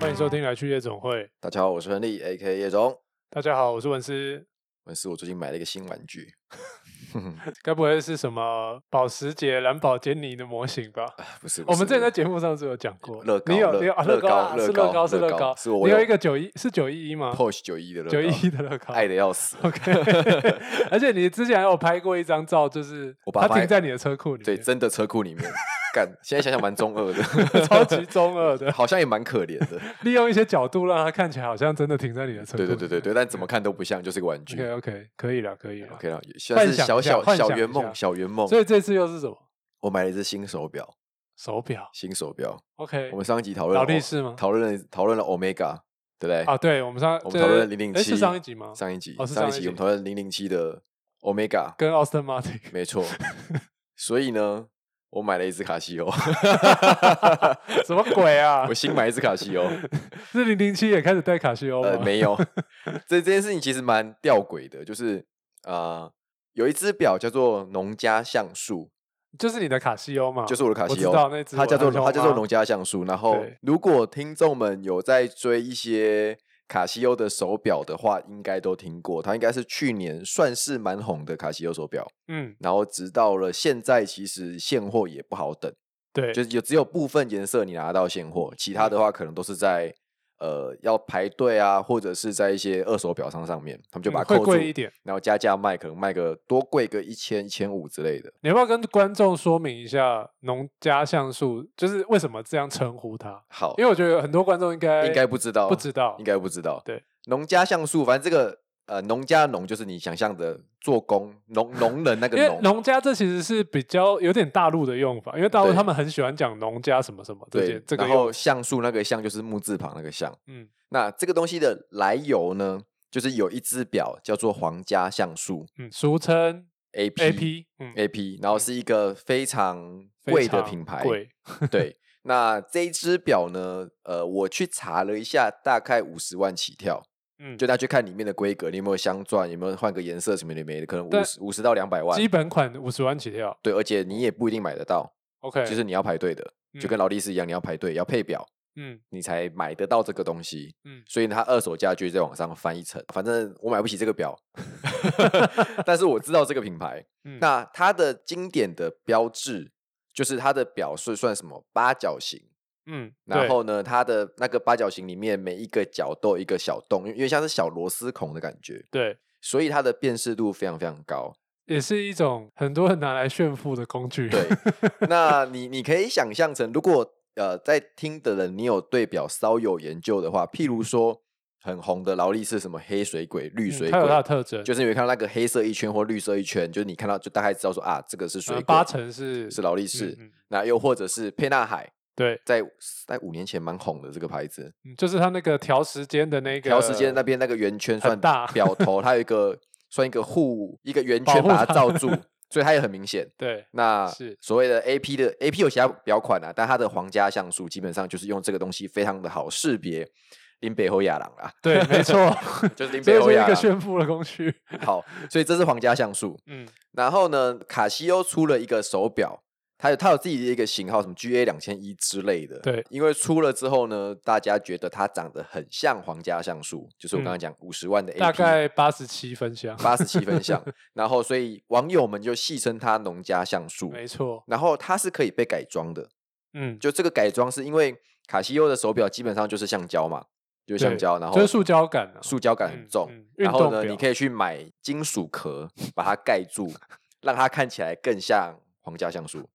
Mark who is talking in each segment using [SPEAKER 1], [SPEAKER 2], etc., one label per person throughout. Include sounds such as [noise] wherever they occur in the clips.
[SPEAKER 1] 欢迎收听来去夜总会。
[SPEAKER 2] 大家好，我是亨利，A.K. 叶总。
[SPEAKER 1] 大家好，我是文思。
[SPEAKER 2] 文思，我最近买了一个新玩具，
[SPEAKER 1] 该不会是什么保时捷蓝宝坚尼的模型吧？
[SPEAKER 2] 不呃是不
[SPEAKER 1] 我
[SPEAKER 2] 是
[SPEAKER 1] 们之前在节目上是有讲过，
[SPEAKER 2] 乐高
[SPEAKER 1] 你有
[SPEAKER 2] 乐
[SPEAKER 1] 你有啊
[SPEAKER 2] 乐
[SPEAKER 1] 乐高啊
[SPEAKER 2] 高
[SPEAKER 1] 是
[SPEAKER 2] 乐
[SPEAKER 1] 乐高
[SPEAKER 2] 高
[SPEAKER 1] 是
[SPEAKER 2] 乐
[SPEAKER 1] 乐
[SPEAKER 2] 高
[SPEAKER 1] 高，
[SPEAKER 2] 是我
[SPEAKER 1] 你
[SPEAKER 2] 有
[SPEAKER 1] 有一个九一是九一一吗？
[SPEAKER 2] Porsche 九一的乐高
[SPEAKER 1] 九一哦一的乐高，
[SPEAKER 2] 爱的要死。
[SPEAKER 1] OK，而且你之前还有拍过一张照，就是
[SPEAKER 2] 我把它
[SPEAKER 1] 它
[SPEAKER 2] 放在
[SPEAKER 1] 停在你的车库里
[SPEAKER 2] [laughs] 对，
[SPEAKER 1] 面，
[SPEAKER 2] 真的车库里面干，现在想想蛮中二
[SPEAKER 1] [laughs] 超
[SPEAKER 2] 的，
[SPEAKER 1] 级中二的，
[SPEAKER 2] [laughs] 好像也蛮可怜的。
[SPEAKER 1] [laughs] 利用一些角度让它看起来好像真的停在你的车库。
[SPEAKER 2] 对对对对对，但怎么看都不像，就是个玩具。
[SPEAKER 1] ，OK OK，可以了可以了。
[SPEAKER 2] OK 了，算
[SPEAKER 1] 幻
[SPEAKER 2] 是
[SPEAKER 1] 想
[SPEAKER 2] 小
[SPEAKER 1] 一下
[SPEAKER 2] 小
[SPEAKER 1] 幻
[SPEAKER 2] 小
[SPEAKER 1] 想
[SPEAKER 2] 圆
[SPEAKER 1] 一
[SPEAKER 2] 梦，
[SPEAKER 1] 下
[SPEAKER 2] 小圆梦。
[SPEAKER 1] 所以这次又是什么
[SPEAKER 2] 我买了一只新手表，
[SPEAKER 1] 手表
[SPEAKER 2] 新手表。
[SPEAKER 1] ？OK，
[SPEAKER 2] 我们上一集讨论
[SPEAKER 1] 劳
[SPEAKER 2] 了
[SPEAKER 1] 力
[SPEAKER 2] 哦
[SPEAKER 1] 士吗？
[SPEAKER 2] 讨论了讨论了 Omega，对不
[SPEAKER 1] [laughs]
[SPEAKER 2] 对？
[SPEAKER 1] 啊，对，我们上
[SPEAKER 2] 我们讨论了
[SPEAKER 1] 这
[SPEAKER 2] 零零
[SPEAKER 1] 诶
[SPEAKER 2] 七，
[SPEAKER 1] 是上一集吗？
[SPEAKER 2] 上一集
[SPEAKER 1] 哦，是
[SPEAKER 2] 上一
[SPEAKER 1] 上一
[SPEAKER 2] 集
[SPEAKER 1] 集
[SPEAKER 2] 我们讨论零零七的 Omega，
[SPEAKER 1] 跟 Austin Martin
[SPEAKER 2] 没错。所以呢，我买了一只卡
[SPEAKER 1] [laughs]
[SPEAKER 2] 西欧，
[SPEAKER 1] [laughs] 什么鬼啊
[SPEAKER 2] 我？新买一只卡西
[SPEAKER 1] [laughs]
[SPEAKER 2] 欧。
[SPEAKER 1] 哦是零零七也开始戴卡西欧
[SPEAKER 2] 呃，
[SPEAKER 1] 吗？
[SPEAKER 2] 没有。这这件事情其实蛮吊诡的，就是呃，有一只表叫做农家橡树，
[SPEAKER 1] [laughs] 就是你的卡西欧嘛，
[SPEAKER 2] 就是我的卡
[SPEAKER 1] 我
[SPEAKER 2] 西
[SPEAKER 1] 知
[SPEAKER 2] 欧，
[SPEAKER 1] 道那只
[SPEAKER 2] 它
[SPEAKER 1] 我
[SPEAKER 2] 叫做
[SPEAKER 1] 很
[SPEAKER 2] 它
[SPEAKER 1] 喜
[SPEAKER 2] 叫做
[SPEAKER 1] 欢
[SPEAKER 2] 农家橡树。然后
[SPEAKER 1] 对，
[SPEAKER 2] 如果听众们有在追一些卡西欧的手表的话，应该都听过，它应该是去年算是蛮红的卡西欧手表。
[SPEAKER 1] 嗯，
[SPEAKER 2] 然后直到了现在，其实现货也不好等，
[SPEAKER 1] 对，
[SPEAKER 2] 就是有只有部分颜色你拿到现货，其
[SPEAKER 1] 嗯
[SPEAKER 2] 他的话可能都是在。呃，要排队啊，或者是在一些二手表商上面，他们就
[SPEAKER 1] 嗯
[SPEAKER 2] 把它
[SPEAKER 1] 会
[SPEAKER 2] 扣住，
[SPEAKER 1] 贵一点。
[SPEAKER 2] 然后加价卖，可能卖个多贵个一千、一千五之类的。
[SPEAKER 1] 你要不要跟观众说明一下农家橡树，就是为什么这样称呼它？
[SPEAKER 2] 好，
[SPEAKER 1] 因为我觉得很多观众应该
[SPEAKER 2] 应该不知道，
[SPEAKER 1] 不知道
[SPEAKER 2] 应该不知道。
[SPEAKER 1] 对，
[SPEAKER 2] 农家橡树，反正这个呃，农家农就是你想象的做工农农人那个
[SPEAKER 1] 因为
[SPEAKER 2] 农，
[SPEAKER 1] 农家这其实是比较有点大陆的用法，因为大陆
[SPEAKER 2] 对
[SPEAKER 1] 他们很喜欢讲农家什么什么这
[SPEAKER 2] 对
[SPEAKER 1] 些，这个
[SPEAKER 2] 然后
[SPEAKER 1] 用
[SPEAKER 2] 橡树那个橡就是木字旁那个橡。
[SPEAKER 1] 嗯
[SPEAKER 2] 那这个东西的来由呢，就是有一只表叫做皇家橡树
[SPEAKER 1] 嗯，俗称
[SPEAKER 2] A P
[SPEAKER 1] A P 嗯
[SPEAKER 2] A P，然后是一个非常
[SPEAKER 1] 非
[SPEAKER 2] 贵的
[SPEAKER 1] 常
[SPEAKER 2] 品牌，
[SPEAKER 1] 贵
[SPEAKER 2] 对。那这一只表呢？呃，我去查了一下，大概五十万起跳。
[SPEAKER 1] 嗯，
[SPEAKER 2] 就大家去看里面的规格，你有没有镶钻，有没有换个颜色什么的没的，可能
[SPEAKER 1] 但
[SPEAKER 2] 五十五十到两百万
[SPEAKER 1] 基。本款五十万起跳
[SPEAKER 2] 对，而且你也不一定买得到，
[SPEAKER 1] ，OK，
[SPEAKER 2] 就是你要排队的，就跟劳力士一样，你要排队，要配表，
[SPEAKER 1] 嗯
[SPEAKER 2] 你才买得到这个东西。
[SPEAKER 1] 嗯
[SPEAKER 2] 所以它二手价就会再往上翻一层。反正我买不起这个表， [laughs] 但是我知道这个品牌。
[SPEAKER 1] [laughs] 嗯
[SPEAKER 2] 那它的经典的标志就是它的表是算什么八角形，
[SPEAKER 1] 嗯，对
[SPEAKER 2] 然后呢，它的那个八角形里面每一个角都有一个小洞，因为像是小螺丝孔的感觉。
[SPEAKER 1] 对，
[SPEAKER 2] 所以它的辨识度非常非常高。
[SPEAKER 1] 也是一种很多人拿来炫富的工具，
[SPEAKER 2] 对，
[SPEAKER 1] [laughs]
[SPEAKER 2] 那你你可以想象成，如果呃在听的人你有对表稍有研究的话，譬如说很红的劳力士什么黑水鬼、绿
[SPEAKER 1] 嗯
[SPEAKER 2] 水
[SPEAKER 1] 它
[SPEAKER 2] 鬼，
[SPEAKER 1] 有它的特征，
[SPEAKER 2] 就是你会看到那个黑色一圈或绿色一圈，就是你看到就大概知道说啊，这个是水
[SPEAKER 1] 呃
[SPEAKER 2] 鬼，
[SPEAKER 1] 八成是
[SPEAKER 2] 是劳力
[SPEAKER 1] 嗯
[SPEAKER 2] 士。
[SPEAKER 1] 嗯
[SPEAKER 2] 那又或者是沛纳海，
[SPEAKER 1] 对，
[SPEAKER 2] 在在五年前蛮红的这个牌子，
[SPEAKER 1] 嗯就是它那个调时间的那个
[SPEAKER 2] 调时间那边那个圆圈
[SPEAKER 1] 很
[SPEAKER 2] 算
[SPEAKER 1] 大
[SPEAKER 2] 表
[SPEAKER 1] [laughs]
[SPEAKER 2] 头，它有一个算一个护一个圆
[SPEAKER 1] 保
[SPEAKER 2] 圈
[SPEAKER 1] 护
[SPEAKER 2] 把它
[SPEAKER 1] 它
[SPEAKER 2] 罩
[SPEAKER 1] [laughs]
[SPEAKER 2] 住，所以它也很明显。
[SPEAKER 1] 对，
[SPEAKER 2] 那
[SPEAKER 1] 是
[SPEAKER 2] 所谓的 A P 的 A P 有其他表款啊，但它的皇家橡树基本上就是用这个东西非常的好识别林北欧亚郎啦，
[SPEAKER 1] 对，没错，
[SPEAKER 2] [laughs] 就是林
[SPEAKER 1] 所
[SPEAKER 2] 北
[SPEAKER 1] 以
[SPEAKER 2] 欧
[SPEAKER 1] 是一
[SPEAKER 2] 亚
[SPEAKER 1] 个
[SPEAKER 2] 郎。
[SPEAKER 1] 炫富的工具。
[SPEAKER 2] 好，所以这是皇家橡树。
[SPEAKER 1] 嗯，
[SPEAKER 2] 然后呢，卡西欧出了一个手表，它有它有自己的一个型号，什么 G A 两千一之类的。
[SPEAKER 1] 对
[SPEAKER 2] 因为出了之后呢，大家觉得它长得很像皇家橡树，就是我
[SPEAKER 1] 嗯
[SPEAKER 2] 刚刚讲五十万的 A P，
[SPEAKER 1] 大概八十七分享，
[SPEAKER 2] 八十七分像。
[SPEAKER 1] [laughs]
[SPEAKER 2] 然后所以网友们就戏称它农家橡树。
[SPEAKER 1] 没错。
[SPEAKER 2] 然后它是可以被改装的。
[SPEAKER 1] 嗯，
[SPEAKER 2] 就这个改装是因为卡西欧的手表基本上就是橡胶嘛，就是橡
[SPEAKER 1] 对
[SPEAKER 2] 胶，然后
[SPEAKER 1] 就是塑胶感啊，
[SPEAKER 2] 塑胶感
[SPEAKER 1] 嗯
[SPEAKER 2] 很重，
[SPEAKER 1] 嗯运
[SPEAKER 2] 然后
[SPEAKER 1] 动
[SPEAKER 2] 呢，
[SPEAKER 1] 表
[SPEAKER 2] 你可以去买金属壳把它盖住，让它看起来更像皇家橡树。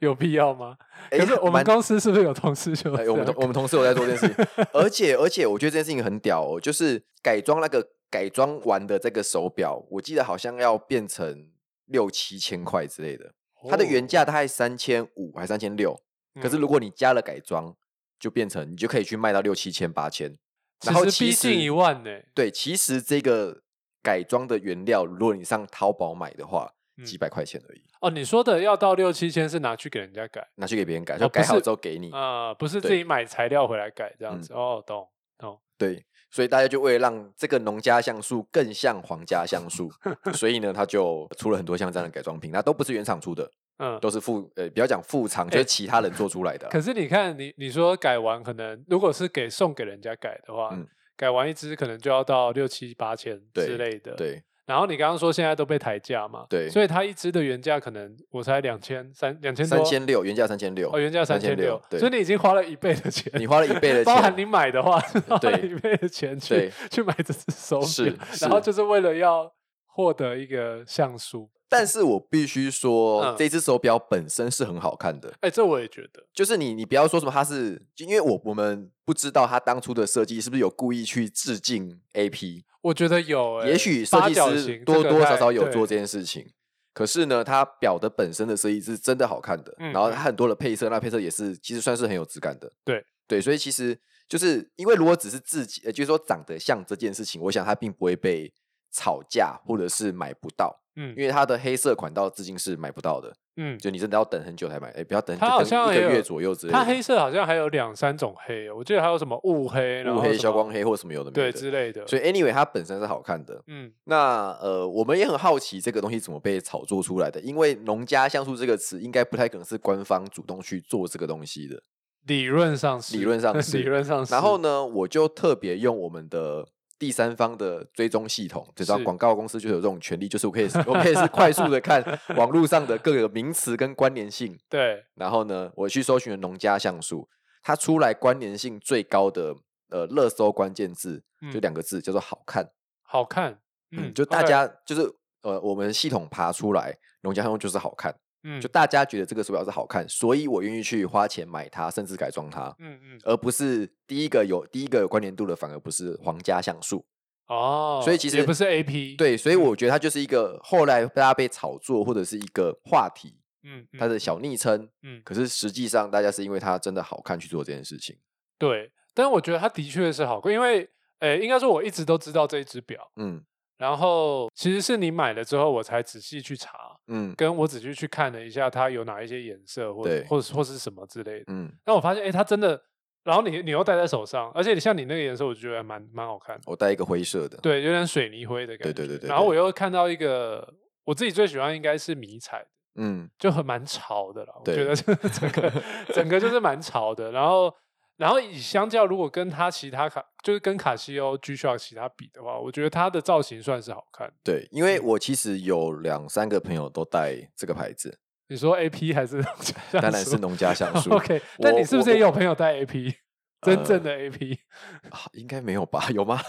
[SPEAKER 1] 有必要吗？
[SPEAKER 2] 诶
[SPEAKER 1] 可是我们
[SPEAKER 2] 蛮
[SPEAKER 1] 公司是不是有同事就 [laughs]
[SPEAKER 2] 哎
[SPEAKER 1] 这
[SPEAKER 2] 我们
[SPEAKER 1] 样
[SPEAKER 2] 同我们同事有在做这件事情，而且而且我觉得这件事情很屌哦，就是改装那个改装完的这个手表，我记得好像要变成六七千块之类的，它的原价大概三千五还三千六，可是
[SPEAKER 1] 哦嗯
[SPEAKER 2] 如果你加了改装，就变成你就可以去卖到六七千、八千。然后
[SPEAKER 1] 嗯其实
[SPEAKER 2] 其
[SPEAKER 1] 逼近
[SPEAKER 2] 实
[SPEAKER 1] 一万呢，
[SPEAKER 2] 对，其实这个改装的原料，如果你上淘宝买的话，几
[SPEAKER 1] 嗯
[SPEAKER 2] 百块钱而已，
[SPEAKER 1] 哦，你说的要到六七千是拿去给人家改
[SPEAKER 2] 拿去给别人改，
[SPEAKER 1] 哦
[SPEAKER 2] 就
[SPEAKER 1] 不
[SPEAKER 2] 改好
[SPEAKER 1] 是
[SPEAKER 2] 之后给你。
[SPEAKER 1] 啊，不是自
[SPEAKER 2] 嗯对
[SPEAKER 1] 己买材料回来改这样
[SPEAKER 2] 嗯
[SPEAKER 1] 子。哦，懂。
[SPEAKER 2] 对，所以大家就为了让这个农家橡树更像皇家橡树，所以呢，他就出了很多像这样的改装品，那都不是原厂出的，
[SPEAKER 1] 嗯，
[SPEAKER 2] 都是副呃，不要讲副厂，就是
[SPEAKER 1] 哎
[SPEAKER 2] 其他人做出来的
[SPEAKER 1] [laughs]
[SPEAKER 2] 啦。
[SPEAKER 1] 可是你看，你你说改完，可能如果是给送给人家改的话，
[SPEAKER 2] 嗯
[SPEAKER 1] 改完一支可能就要到六七八千
[SPEAKER 2] 对
[SPEAKER 1] 之类的。。
[SPEAKER 2] 对，
[SPEAKER 1] 然后你刚刚说现在都被抬价嘛，
[SPEAKER 2] 对
[SPEAKER 1] 所以它一支的原价可能我才两千三两千多，
[SPEAKER 2] 三千六，原价三千六，
[SPEAKER 1] 哦，原价三千
[SPEAKER 2] 3600对
[SPEAKER 1] 所以你已经花了一倍的钱，
[SPEAKER 2] 你花了一倍的
[SPEAKER 1] 包含
[SPEAKER 2] 钱，
[SPEAKER 1] 你买的话，花了
[SPEAKER 2] [laughs] 对
[SPEAKER 1] 一倍的钱去
[SPEAKER 2] 对
[SPEAKER 1] 去买这只手
[SPEAKER 2] 是
[SPEAKER 1] 表，
[SPEAKER 2] 是
[SPEAKER 1] 然后就是为了要获得一个像素。
[SPEAKER 2] 但是我必须说，
[SPEAKER 1] 嗯
[SPEAKER 2] 这只手表本身是很好看的。
[SPEAKER 1] 哎，这我也觉得，
[SPEAKER 2] 就是你，你不要说什么它是，因为我我们不知道它当初的设计是不是有故意去致敬 A P，
[SPEAKER 1] 我觉得有哎，
[SPEAKER 2] 也许设
[SPEAKER 1] 八
[SPEAKER 2] 计
[SPEAKER 1] 角
[SPEAKER 2] 师
[SPEAKER 1] 形
[SPEAKER 2] 多
[SPEAKER 1] 这个
[SPEAKER 2] 多少
[SPEAKER 1] 太
[SPEAKER 2] 少有
[SPEAKER 1] 对
[SPEAKER 2] 做这件事情。可是呢，它表的本身的设计是真的好看的，
[SPEAKER 1] 嗯
[SPEAKER 2] 然后
[SPEAKER 1] 嗯
[SPEAKER 2] 它很多的配色，那配色也是其实算是很有质感的。
[SPEAKER 1] 对
[SPEAKER 2] 对，所以其实就是因为如果只是自己，呃，就是说长得像这件事情，我想它并不会被吵架或者是买不到，
[SPEAKER 1] 嗯
[SPEAKER 2] 因为它的黑色款到至今是买不到的，
[SPEAKER 1] 嗯，
[SPEAKER 2] 就你真的要等很久才买，哎，不要等，
[SPEAKER 1] 它
[SPEAKER 2] 就
[SPEAKER 1] 好
[SPEAKER 2] 等
[SPEAKER 1] 像
[SPEAKER 2] 一
[SPEAKER 1] 也
[SPEAKER 2] 个
[SPEAKER 1] 有
[SPEAKER 2] 月左右之类的。
[SPEAKER 1] 它黑色好像还有两三种黑，我记得还有什么雾黑、然
[SPEAKER 2] 雾
[SPEAKER 1] 后
[SPEAKER 2] 黑、
[SPEAKER 1] 什
[SPEAKER 2] 消
[SPEAKER 1] 么
[SPEAKER 2] 光黑或什么有的没
[SPEAKER 1] 对
[SPEAKER 2] 的。
[SPEAKER 1] 之类的。
[SPEAKER 2] 所
[SPEAKER 1] 以
[SPEAKER 2] 以 anyway，它本身是好看的。
[SPEAKER 1] 嗯
[SPEAKER 2] 那呃，我们也很好奇这个东西怎么被炒作出来的，因为“农家像素”这个词应该不太可能是官方主动去做这个东西的。
[SPEAKER 1] 理论上是
[SPEAKER 2] 理论
[SPEAKER 1] [laughs]
[SPEAKER 2] 上
[SPEAKER 1] 理
[SPEAKER 2] 是
[SPEAKER 1] 论上嗯是。
[SPEAKER 2] 然后呢，我就特别用我们的第三方的追踪系统，只知道
[SPEAKER 1] 是
[SPEAKER 2] 广告公司就有这种权利，就是我可以是，我可以是快速的
[SPEAKER 1] [laughs]
[SPEAKER 2] 看网络上的各个名词跟关联性，
[SPEAKER 1] 对
[SPEAKER 2] 然后呢，我去搜寻了农家像素，它出来关联性最高的呃热搜关键字就
[SPEAKER 1] 嗯
[SPEAKER 2] 两个字，叫做好看。
[SPEAKER 1] 好看，
[SPEAKER 2] 嗯，
[SPEAKER 1] 嗯，
[SPEAKER 2] 就大
[SPEAKER 1] OK，
[SPEAKER 2] 家就是呃，我们系统爬出来，农家像素就是好看，
[SPEAKER 1] 嗯
[SPEAKER 2] 就大家觉得这个手表是好看，所以我愿意去花钱买它，甚至改装它，
[SPEAKER 1] 嗯嗯
[SPEAKER 2] 而不是第一个有第一个有关联度的，反而不是皇家像素。
[SPEAKER 1] 哦，
[SPEAKER 2] 所以其实
[SPEAKER 1] 也不是 A P
[SPEAKER 2] 对，所以我觉得它就是一个后来大家被炒作或者是一个话题，
[SPEAKER 1] 嗯
[SPEAKER 2] 它
[SPEAKER 1] 嗯
[SPEAKER 2] 的小昵称。
[SPEAKER 1] 嗯
[SPEAKER 2] 可是实际上，大家是因为它真的好看去做这件事情。
[SPEAKER 1] 对，但我觉得它的确是好贵，因为呃，应该说我一直都知道这一只表，
[SPEAKER 2] 嗯
[SPEAKER 1] 然后其实是你买了之后，我才仔细去查，
[SPEAKER 2] 嗯
[SPEAKER 1] 跟我仔细去看了一下它有哪一些颜色或
[SPEAKER 2] 对
[SPEAKER 1] 或是或是什么之类的。
[SPEAKER 2] 嗯，
[SPEAKER 1] 那我发现，哎，它真的，然后你你又戴在手上，而且你像你那个颜色，我觉得还蛮蛮好看的，
[SPEAKER 2] 我戴一个灰色的。
[SPEAKER 1] 对，有点水泥灰的感觉。
[SPEAKER 2] 对对对对
[SPEAKER 1] 然后
[SPEAKER 2] 对
[SPEAKER 1] 我又看到一个我自己最喜欢应该是迷彩，
[SPEAKER 2] 嗯
[SPEAKER 1] 就很蛮潮的啦。我觉
[SPEAKER 2] 对
[SPEAKER 1] 得就是整个整个就是蛮潮的。然后，然后以相较如果跟它其他卡，就是跟卡西欧 G Shock 其他比的话，我觉得它的造型算是好看。
[SPEAKER 2] 对，因
[SPEAKER 1] 嗯
[SPEAKER 2] 为我其实有两三个朋友都戴这个牌子，
[SPEAKER 1] 你说 A P [laughs] 还是当
[SPEAKER 2] 当然是农家像素。
[SPEAKER 1] [laughs] OK，但你
[SPEAKER 2] 我
[SPEAKER 1] 是不
[SPEAKER 2] 我呃
[SPEAKER 1] 是也有朋友戴 A P？真正的 A P、 [laughs]
[SPEAKER 2] 啊应该没有吧？ [laughs] 有吗？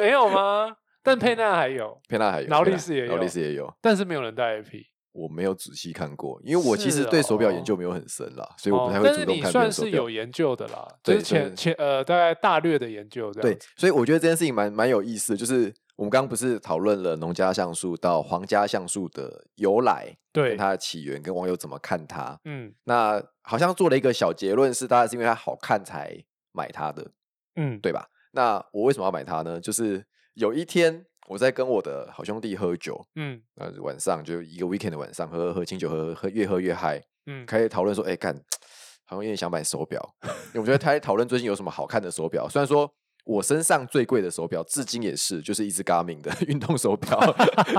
[SPEAKER 1] 没有吗？但佩纳还有，
[SPEAKER 2] 佩纳还有，
[SPEAKER 1] 劳
[SPEAKER 2] 佩
[SPEAKER 1] 力
[SPEAKER 2] 纳
[SPEAKER 1] 士也
[SPEAKER 2] 劳力
[SPEAKER 1] 有
[SPEAKER 2] 士也有。
[SPEAKER 1] 但是没有人戴 A P。
[SPEAKER 2] 我没有仔细看过，因为我其
[SPEAKER 1] 是
[SPEAKER 2] 实对手表
[SPEAKER 1] 哦
[SPEAKER 2] 研究没有很深啦，所以我不太
[SPEAKER 1] 哦
[SPEAKER 2] 会
[SPEAKER 1] 但
[SPEAKER 2] 主
[SPEAKER 1] 是
[SPEAKER 2] 动
[SPEAKER 1] 你
[SPEAKER 2] 看别
[SPEAKER 1] 算
[SPEAKER 2] 人手
[SPEAKER 1] 是
[SPEAKER 2] 表
[SPEAKER 1] 有。研究的啦，就是
[SPEAKER 2] 对
[SPEAKER 1] 前
[SPEAKER 2] 对
[SPEAKER 1] 前呃大概大略的研究这样
[SPEAKER 2] 对
[SPEAKER 1] 子。，
[SPEAKER 2] 所以我觉得这件事情蛮蛮有意思的，就是我们刚刚不是讨论了农家像素到皇家像素的由来，跟
[SPEAKER 1] 对
[SPEAKER 2] 它的起源，跟网友怎么看它。
[SPEAKER 1] 嗯
[SPEAKER 2] 那好像做了一个小结论，是大家是因为它好看才买它的。
[SPEAKER 1] 嗯，
[SPEAKER 2] 对吧？那我为什么要买它呢？就是有一天我在跟我的好兄弟喝酒，
[SPEAKER 1] 嗯
[SPEAKER 2] 呃，晚上就一个 weekend 的晚上喝喝清酒，喝喝越喝越嗨，
[SPEAKER 1] 嗯，
[SPEAKER 2] 开始讨论说，哎、干，好像有点想买手表。 [laughs] 因为我们就在开讨论最近有什么好看的手表，虽然说。我身上最贵的手表，至今也是，就是一只 Garmin 的 [laughs] 运动手表，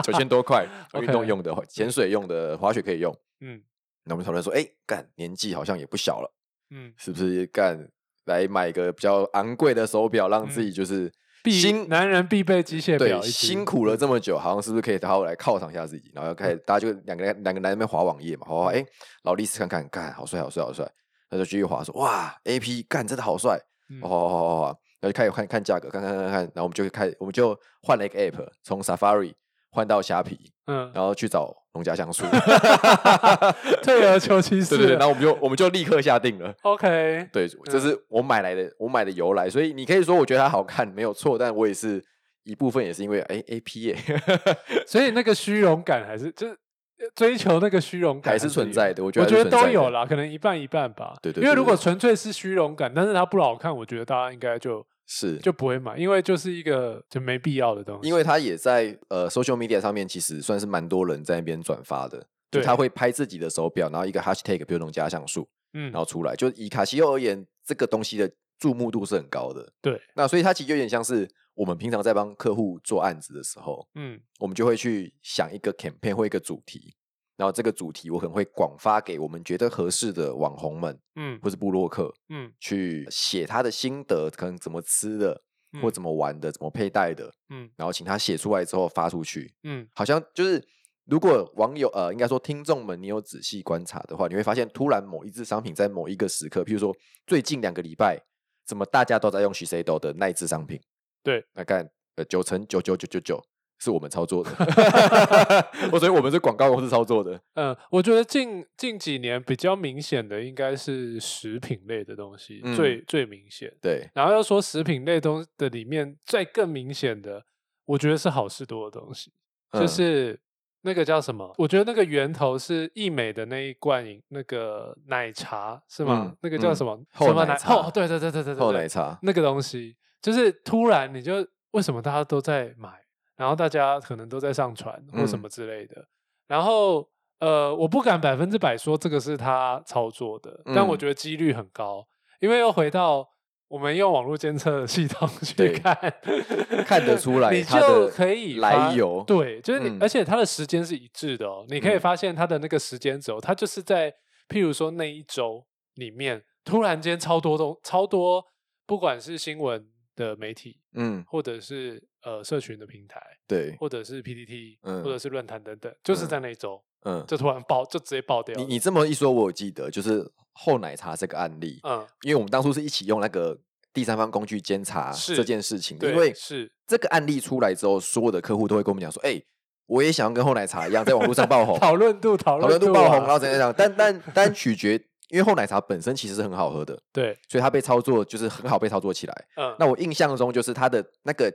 [SPEAKER 2] 九千
[SPEAKER 1] [laughs]
[SPEAKER 2] 多块，运动
[SPEAKER 1] OK
[SPEAKER 2] 用的、潜水用的、滑雪可以用。
[SPEAKER 1] 嗯
[SPEAKER 2] 那我们讨论说，哎、干，年纪好像也不小了，
[SPEAKER 1] 嗯，
[SPEAKER 2] 是不是干来买个比较昂贵的手表，让自
[SPEAKER 1] 嗯
[SPEAKER 2] 己就是
[SPEAKER 1] 必
[SPEAKER 2] 辛
[SPEAKER 1] 男人必备机械表
[SPEAKER 2] 对
[SPEAKER 1] 一只，
[SPEAKER 2] 辛苦了这么久，好像是不是可以好好来犒赏一下自己？然后
[SPEAKER 1] 嗯
[SPEAKER 2] 开始大家就两个人两个男人在那边滑网页嘛，滑滑哎，劳力士看看，干好帅好帅好帅，那就继续滑说哇 A P 干真的好帅，哦
[SPEAKER 1] 嗯
[SPEAKER 2] 滑滑滑滑滑，然后就开始看看价格，看看看看看，然后我们就开我们就换了一个 App，从 Safari 换到虾皮，
[SPEAKER 1] 嗯，
[SPEAKER 2] 然后去找农家像素， [laughs]
[SPEAKER 1] [laughs] 退而求其
[SPEAKER 2] 对对对，
[SPEAKER 1] 次
[SPEAKER 2] 然后我们就我们就立刻下定了。
[SPEAKER 1] ，OK，
[SPEAKER 2] 对，这
[SPEAKER 1] 嗯
[SPEAKER 2] 是我买来的，我买的由来，所以你可以说我觉得它好看没有错，但我也是一部分也是因为哎 A P 耶、
[SPEAKER 1] 所以那个虚荣感还是就是呃追求那个虚荣感 [laughs]
[SPEAKER 2] 还是存在
[SPEAKER 1] 有。
[SPEAKER 2] 的，我觉
[SPEAKER 1] 我
[SPEAKER 2] 得
[SPEAKER 1] 觉
[SPEAKER 2] 还是
[SPEAKER 1] 得
[SPEAKER 2] 存
[SPEAKER 1] 都
[SPEAKER 2] 在
[SPEAKER 1] 有
[SPEAKER 2] 的。
[SPEAKER 1] 啦，可能一半一半吧。
[SPEAKER 2] 对对
[SPEAKER 1] 因为
[SPEAKER 2] 对
[SPEAKER 1] 如果
[SPEAKER 2] 对，
[SPEAKER 1] 纯粹是虚荣感，但是它不好看，我觉得大家应该就是就不会买，因为就是一个就没必要的东西。
[SPEAKER 2] 因为他也在呃 social media 上面，其实算是蛮多人在那边转发的。就
[SPEAKER 1] 对
[SPEAKER 2] 他会拍自己的手表，然后一个 hashtag，比如农家像素，
[SPEAKER 1] 嗯
[SPEAKER 2] 然，后出来。就以卡西欧而言，这个东西的注目度是很高的。
[SPEAKER 1] 对，
[SPEAKER 2] 那所以它其实有点像是我们平常在帮客户做案子的时候，
[SPEAKER 1] 嗯
[SPEAKER 2] 我们就会去想一个 campaign 或一个主题，然后这个主题我可能会广发给我们觉得合适的网红们
[SPEAKER 1] 嗯
[SPEAKER 2] 或是部落客
[SPEAKER 1] 嗯
[SPEAKER 2] 去写他的心得，可能怎么吃的或
[SPEAKER 1] 嗯
[SPEAKER 2] 怎么玩的，怎么佩戴的，
[SPEAKER 1] 嗯
[SPEAKER 2] 然后请他写出来之后发出去。
[SPEAKER 1] 嗯
[SPEAKER 2] 好像就是如果网友呃，应该说听众们，你有仔细观察的话，你会发现突然某一只商品在某一个时刻，譬如说最近两个礼拜，怎么大家都在用 Shiseido 的那一只商品？
[SPEAKER 1] 对，
[SPEAKER 2] 那看呃九乘九九九九九。是我们
[SPEAKER 1] [laughs]
[SPEAKER 2] 操作的，我所以我们是广告公司操作的。
[SPEAKER 1] 嗯，我觉得近近几年比较明显的应该是食品类的东西、
[SPEAKER 2] 嗯
[SPEAKER 1] 最最明显。
[SPEAKER 2] 对，
[SPEAKER 1] 然后要说食品类东的里面再更明显的，我觉得是好事多的东西，就
[SPEAKER 2] 嗯
[SPEAKER 1] 是那个叫什么？我觉得那个源头是益美的那一罐饮那个奶茶是吗？
[SPEAKER 2] 嗯
[SPEAKER 1] 那个叫
[SPEAKER 2] 嗯
[SPEAKER 1] 什么？
[SPEAKER 2] 厚
[SPEAKER 1] 什么
[SPEAKER 2] 奶茶
[SPEAKER 1] 后对对对对对对，
[SPEAKER 2] 嗯后
[SPEAKER 1] 对
[SPEAKER 2] 奶茶，
[SPEAKER 1] 那个东西，就是突然你就为什么大家都在买，然后大家可能都在上传或什
[SPEAKER 2] 嗯
[SPEAKER 1] 么之类的，然后呃，我不敢百分之百说这个是他操作的，但我
[SPEAKER 2] 嗯
[SPEAKER 1] 觉得几率很高，因为又回到。我们用网络监测的系统 [laughs] 去
[SPEAKER 2] 对
[SPEAKER 1] 看，
[SPEAKER 2] 看得
[SPEAKER 1] [laughs]
[SPEAKER 2] 出来
[SPEAKER 1] 你
[SPEAKER 2] 它
[SPEAKER 1] 就
[SPEAKER 2] 的
[SPEAKER 1] 可以
[SPEAKER 2] 来
[SPEAKER 1] 发
[SPEAKER 2] 由
[SPEAKER 1] 对，就是你，
[SPEAKER 2] 嗯
[SPEAKER 1] 而且它的时间是一致的哦。你可以
[SPEAKER 2] 嗯
[SPEAKER 1] 发现它的那个时间轴，它就是在譬如说那一周里面，突然间超多东超多，不管是新闻的媒体，
[SPEAKER 2] 嗯，
[SPEAKER 1] 或者是呃社群的平台，
[SPEAKER 2] 对，
[SPEAKER 1] 或者是 PPT，、
[SPEAKER 2] 嗯
[SPEAKER 1] 或者是论坛等等，就是
[SPEAKER 2] 嗯
[SPEAKER 1] 在那一周、
[SPEAKER 2] 嗯，
[SPEAKER 1] 就突然爆，就直接爆掉了。
[SPEAKER 2] 你你这么一说，我有记得，就是后奶茶这个案例，
[SPEAKER 1] 嗯，
[SPEAKER 2] 因为我们当初是一起用那个第三方工具监察
[SPEAKER 1] 是
[SPEAKER 2] 这件事情的，
[SPEAKER 1] 对，
[SPEAKER 2] 因为
[SPEAKER 1] 是
[SPEAKER 2] 这个案例出来之后，所有的客户都会跟我们讲说，哎、我也想要跟后奶茶一样，在网络上爆
[SPEAKER 1] [laughs]
[SPEAKER 2] 红，
[SPEAKER 1] 讨论度讨
[SPEAKER 2] 哦讨论度爆
[SPEAKER 1] 啊
[SPEAKER 2] 红，然后怎样怎样，但但但取决，因为后奶茶本身其实是很好喝的，
[SPEAKER 1] 对，
[SPEAKER 2] 所以它被操作就是很好被操作起来。
[SPEAKER 1] 嗯，
[SPEAKER 2] 那我印象中就是它的那个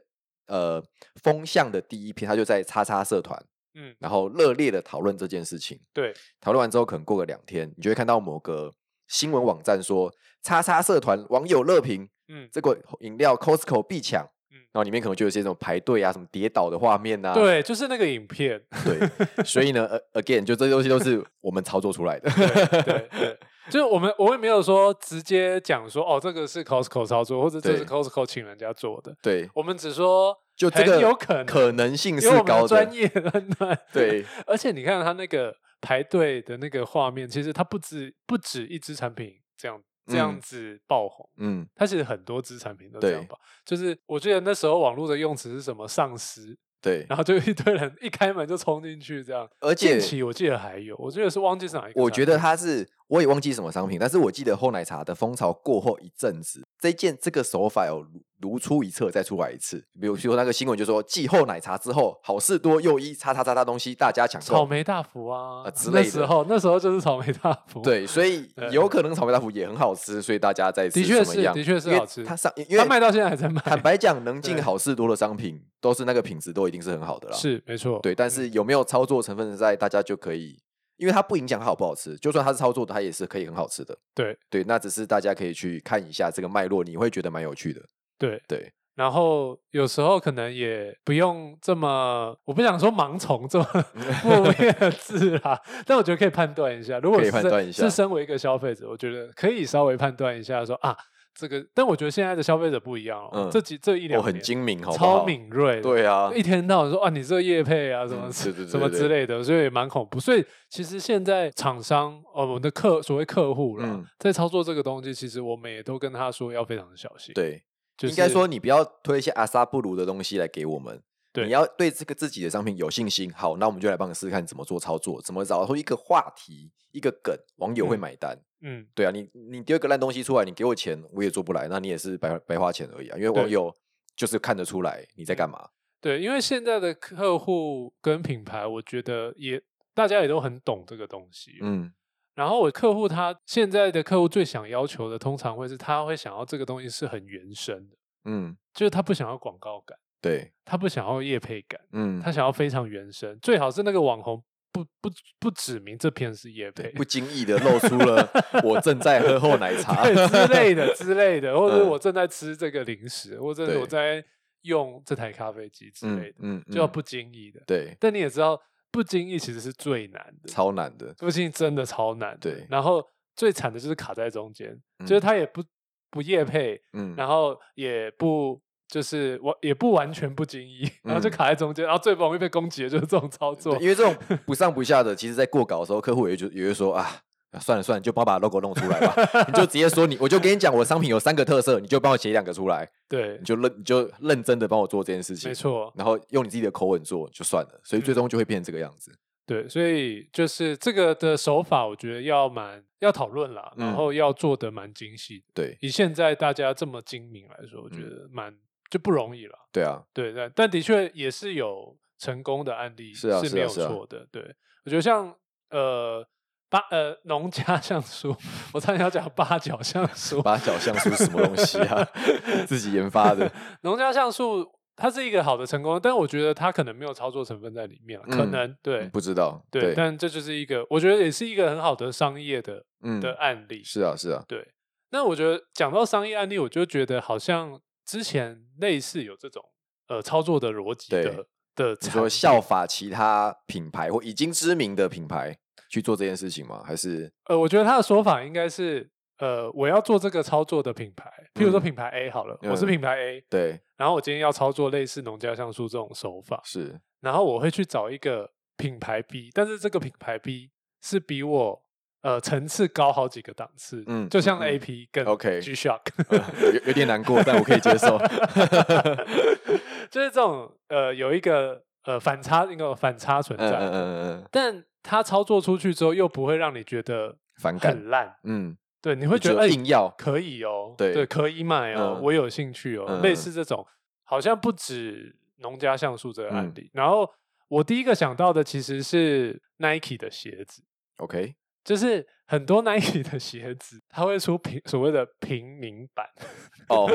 [SPEAKER 2] 呃风向的第一篇，它就在叉叉社团，
[SPEAKER 1] 嗯
[SPEAKER 2] 然后热烈的讨论这件事情。
[SPEAKER 1] 对，
[SPEAKER 2] 讨论完之后，可能过个两天，你就会看到某个新闻网站说“叉叉社团网友乐评”，
[SPEAKER 1] 嗯
[SPEAKER 2] 这个饮料 Costco 必抢。
[SPEAKER 1] 嗯
[SPEAKER 2] 然后里面可能就有一些什么排队啊、什么跌倒的画面啊，
[SPEAKER 1] 对，就是那个影片，
[SPEAKER 2] 对，所以呢
[SPEAKER 1] [laughs]
[SPEAKER 2] 呃，again，就这些东西都是我们操作出来的。 [laughs]
[SPEAKER 1] 对 [laughs] 对对，就是我们我也没有说直接讲说哦，这个是 Costco 操作，或者这是
[SPEAKER 2] 对
[SPEAKER 1] Costco 请人家做的，
[SPEAKER 2] 对，
[SPEAKER 1] 我们只说
[SPEAKER 2] 就这
[SPEAKER 1] 很
[SPEAKER 2] 个
[SPEAKER 1] 有可能，
[SPEAKER 2] 可能性
[SPEAKER 1] 因为
[SPEAKER 2] 是
[SPEAKER 1] 我们的
[SPEAKER 2] 高
[SPEAKER 1] 专
[SPEAKER 2] 的，
[SPEAKER 1] 业判断。
[SPEAKER 2] 对，
[SPEAKER 1] 而且你看他那个排队的那个画面，其实它不止不止一支产品这样这样
[SPEAKER 2] 嗯
[SPEAKER 1] 子爆红，
[SPEAKER 2] 嗯，
[SPEAKER 1] 它其实很多支产品都这样
[SPEAKER 2] 对
[SPEAKER 1] 爆。就是我记得那时候网络的用词是什么丧尸，
[SPEAKER 2] 对，
[SPEAKER 1] 然后就一堆人一开门就冲进去这样。
[SPEAKER 2] 而
[SPEAKER 1] 近
[SPEAKER 2] 且
[SPEAKER 1] 期我记得还有，我记得是忘记是哪一个产品。
[SPEAKER 2] 我觉得它是，我也忘记什么商品，但是我记得后奶茶的风潮过后一阵子，这件这个手法有如如出一辙再出来一次。比如说那个新闻就说，继后奶茶之后，好事多又一叉叉叉叉东西大家抢
[SPEAKER 1] 草
[SPEAKER 2] 购。
[SPEAKER 1] 莓大福啊
[SPEAKER 2] 啊之
[SPEAKER 1] 那
[SPEAKER 2] 类
[SPEAKER 1] 时
[SPEAKER 2] 的
[SPEAKER 1] 候那时候就是草莓大福。，
[SPEAKER 2] 对，所以有可能草莓大福也很好吃，所以大家在吃
[SPEAKER 1] 的确
[SPEAKER 2] 怎么
[SPEAKER 1] 是
[SPEAKER 2] 样
[SPEAKER 1] 的确是
[SPEAKER 2] 因为
[SPEAKER 1] 好吃
[SPEAKER 2] 它上，因
[SPEAKER 1] 他
[SPEAKER 2] 为
[SPEAKER 1] 卖到现在还在卖。
[SPEAKER 2] [laughs] 坦白讲，能
[SPEAKER 1] 对
[SPEAKER 2] 进好事多的商品都是那个品质都一定是很好的啦。
[SPEAKER 1] 是嗯没错，
[SPEAKER 2] 对，但是有没有操作成分在，大家就可以，因为它不影响它好不好吃，就算它是操作的，它也是可以很好吃的。
[SPEAKER 1] 对
[SPEAKER 2] 对，那只是大家可以去看一下这个脉络，你会觉得蛮有趣的。
[SPEAKER 1] 对
[SPEAKER 2] 对，
[SPEAKER 1] 然后有时候可能也不用这么，我不想说盲从
[SPEAKER 2] [laughs]
[SPEAKER 1] 这么负面的字啦，但我觉得可以判断一下。如果
[SPEAKER 2] 可以
[SPEAKER 1] 是
[SPEAKER 2] 判
[SPEAKER 1] 身
[SPEAKER 2] 断一下
[SPEAKER 1] 是身为一个消费者，我觉得可以稍微判断一下说啊，这个。但我觉得现在的消费者不一样哦，
[SPEAKER 2] 嗯
[SPEAKER 1] 这几这一
[SPEAKER 2] 我、
[SPEAKER 1] 两
[SPEAKER 2] 很
[SPEAKER 1] 年
[SPEAKER 2] 精明，好不好？
[SPEAKER 1] 超敏锐，、
[SPEAKER 2] 对啊，
[SPEAKER 1] 一天到晚说啊，你这业配啊什么、
[SPEAKER 2] 嗯对对对
[SPEAKER 1] 什么
[SPEAKER 2] 对
[SPEAKER 1] 之类的，所以也蛮恐怖。所以其实现在厂商哦，我们的客所谓客户啦，
[SPEAKER 2] 嗯
[SPEAKER 1] 在操作这个东西，其实我们也都跟他说要非常的小心。，
[SPEAKER 2] 对，
[SPEAKER 1] 就是、
[SPEAKER 2] 应该说你不要推一些阿萨布鲁的东西来给我们。
[SPEAKER 1] 对
[SPEAKER 2] 你要对这个自己的商品有信心。好，那我们就来帮你试试看怎么做操作，怎么找出一个话题、一个梗，网友会
[SPEAKER 1] 嗯
[SPEAKER 2] 买单。
[SPEAKER 1] 嗯
[SPEAKER 2] 对啊，你你丢一个烂东西出来，你给我钱，我也做不来，那你也是白白花钱而已啊。因为网
[SPEAKER 1] 对嗯
[SPEAKER 2] 友就是看得出来你在干嘛。
[SPEAKER 1] 对，因为现在的客户跟品牌，我觉得也大家也都很懂这个东西。
[SPEAKER 2] 嗯，
[SPEAKER 1] 然后我客户他现在的客户最想要求的，通常会是他会想要这个东西是很原生的，
[SPEAKER 2] 嗯，
[SPEAKER 1] 就是他不想要广告感，
[SPEAKER 2] 对，
[SPEAKER 1] 他不想要业配感，
[SPEAKER 2] 嗯
[SPEAKER 1] 他，想要非常原生，最好是那个网红不不不指明这篇是业
[SPEAKER 2] 对，
[SPEAKER 1] [laughs] 配。
[SPEAKER 2] 不经意的露出了我正在喝厚奶茶
[SPEAKER 1] 对之类
[SPEAKER 2] [laughs]
[SPEAKER 1] 的之类的，或者是
[SPEAKER 2] 嗯
[SPEAKER 1] 我正在吃这个零食，或者是我
[SPEAKER 2] 对
[SPEAKER 1] 在用这台咖啡机之类
[SPEAKER 2] 嗯
[SPEAKER 1] 的，
[SPEAKER 2] 嗯，
[SPEAKER 1] 就要
[SPEAKER 2] 嗯
[SPEAKER 1] 不经意的。
[SPEAKER 2] 对，
[SPEAKER 1] 但你也知道，不经意其实是最难的，
[SPEAKER 2] 超难的，
[SPEAKER 1] 不经意真的超难的。
[SPEAKER 2] 对
[SPEAKER 1] 然后最惨的就是卡在中间，就是
[SPEAKER 2] 嗯
[SPEAKER 1] 他也不不业配，
[SPEAKER 2] 嗯，
[SPEAKER 1] 然后也不就是我也不完全不经意，然后就卡在中间，然后最不容易被攻击的就是这种操作
[SPEAKER 2] 嗯对，。因为这种不上不下的，其实在过稿的时候，客户也就也会说啊。啊算了算了，你就帮我把 logo 弄出来吧。你就直接说你，我就跟你讲，我的商品有三个特色，你就帮我写两个出来，
[SPEAKER 1] 对
[SPEAKER 2] 你，就认你就认真的帮我做这件事情
[SPEAKER 1] 没，错，嗯
[SPEAKER 2] 然后用你自己的口吻做就算了，所以最终就会变成这个样子。
[SPEAKER 1] 对，所以就是这个的手法，我觉得要蛮要讨论啦，然
[SPEAKER 2] 嗯
[SPEAKER 1] 后要做的蛮精细的。
[SPEAKER 2] 对
[SPEAKER 1] 以现在大家这么精明来说，我觉
[SPEAKER 2] 嗯
[SPEAKER 1] 得蛮就不容易了。
[SPEAKER 2] 对啊，
[SPEAKER 1] 对，但但的确也是有成功的案例
[SPEAKER 2] 是啊是
[SPEAKER 1] 没
[SPEAKER 2] 啊
[SPEAKER 1] 有
[SPEAKER 2] 是啊
[SPEAKER 1] 错的。对，我觉得像呃八呃农家像素，我差点要讲八角像素，
[SPEAKER 2] 八角像素是什么东西啊？ [laughs] 自己研发的，
[SPEAKER 1] 农家像素它是一个好的成功，但我觉得它可能没有操作成分在里面了，可
[SPEAKER 2] 嗯
[SPEAKER 1] 能 [laughs] 对。
[SPEAKER 2] 不知道。
[SPEAKER 1] 对，
[SPEAKER 2] 对，
[SPEAKER 1] 但这就是一个，我觉得也是一个很好的商业的
[SPEAKER 2] 嗯，
[SPEAKER 1] 的案例。
[SPEAKER 2] 是啊，是啊，
[SPEAKER 1] 对，那我觉得讲到商业案例，我就觉得好像之前类似有这种呃操作的逻辑
[SPEAKER 2] 对
[SPEAKER 1] 的的
[SPEAKER 2] 你
[SPEAKER 1] 产
[SPEAKER 2] 说
[SPEAKER 1] 业，
[SPEAKER 2] 效法其他品牌或已经知名的品牌去做这件事情吗？还是
[SPEAKER 1] 呃，我觉得他的说法应该是呃，我要做这个操作的品牌，譬如说
[SPEAKER 2] 嗯
[SPEAKER 1] 品牌 A 好了，我是
[SPEAKER 2] 嗯
[SPEAKER 1] 品牌 A，
[SPEAKER 2] 对，
[SPEAKER 1] 然后我今天要操作类似农家像素这种手法，
[SPEAKER 2] 是
[SPEAKER 1] 然后我会去找一个品牌 B，但是这个品牌 B 是比我。呃，层次高好几个档次，
[SPEAKER 2] 嗯
[SPEAKER 1] 就
[SPEAKER 2] 嗯
[SPEAKER 1] 像
[SPEAKER 2] 嗯
[SPEAKER 1] A P 跟
[SPEAKER 2] OK
[SPEAKER 1] G Shock，
[SPEAKER 2] 呃有有点难过，但我可以接 [laughs] 受。
[SPEAKER 1] [laughs] 就是这种呃有一个呃反差，一个反差存
[SPEAKER 2] 嗯嗯
[SPEAKER 1] 在，
[SPEAKER 2] 嗯嗯嗯，
[SPEAKER 1] 但它操作出去之后又不会让你觉得
[SPEAKER 2] 反感。
[SPEAKER 1] 很烂，
[SPEAKER 2] 嗯，
[SPEAKER 1] 对，你
[SPEAKER 2] 你
[SPEAKER 1] 会觉得哎、
[SPEAKER 2] 硬要
[SPEAKER 1] 可以哦，
[SPEAKER 2] 对
[SPEAKER 1] 可以买哦，
[SPEAKER 2] 嗯
[SPEAKER 1] 我有兴趣哦，
[SPEAKER 2] 嗯
[SPEAKER 1] 类
[SPEAKER 2] 嗯
[SPEAKER 1] 似这种，好像不止农家像素这个案
[SPEAKER 2] 嗯
[SPEAKER 1] 例。然后我第一个想到的其实是 Nike 的鞋子，
[SPEAKER 2] OK，
[SPEAKER 1] 就是很多 Nike 的鞋子，它会出平所谓的平民版。
[SPEAKER 2] [laughs] 哦，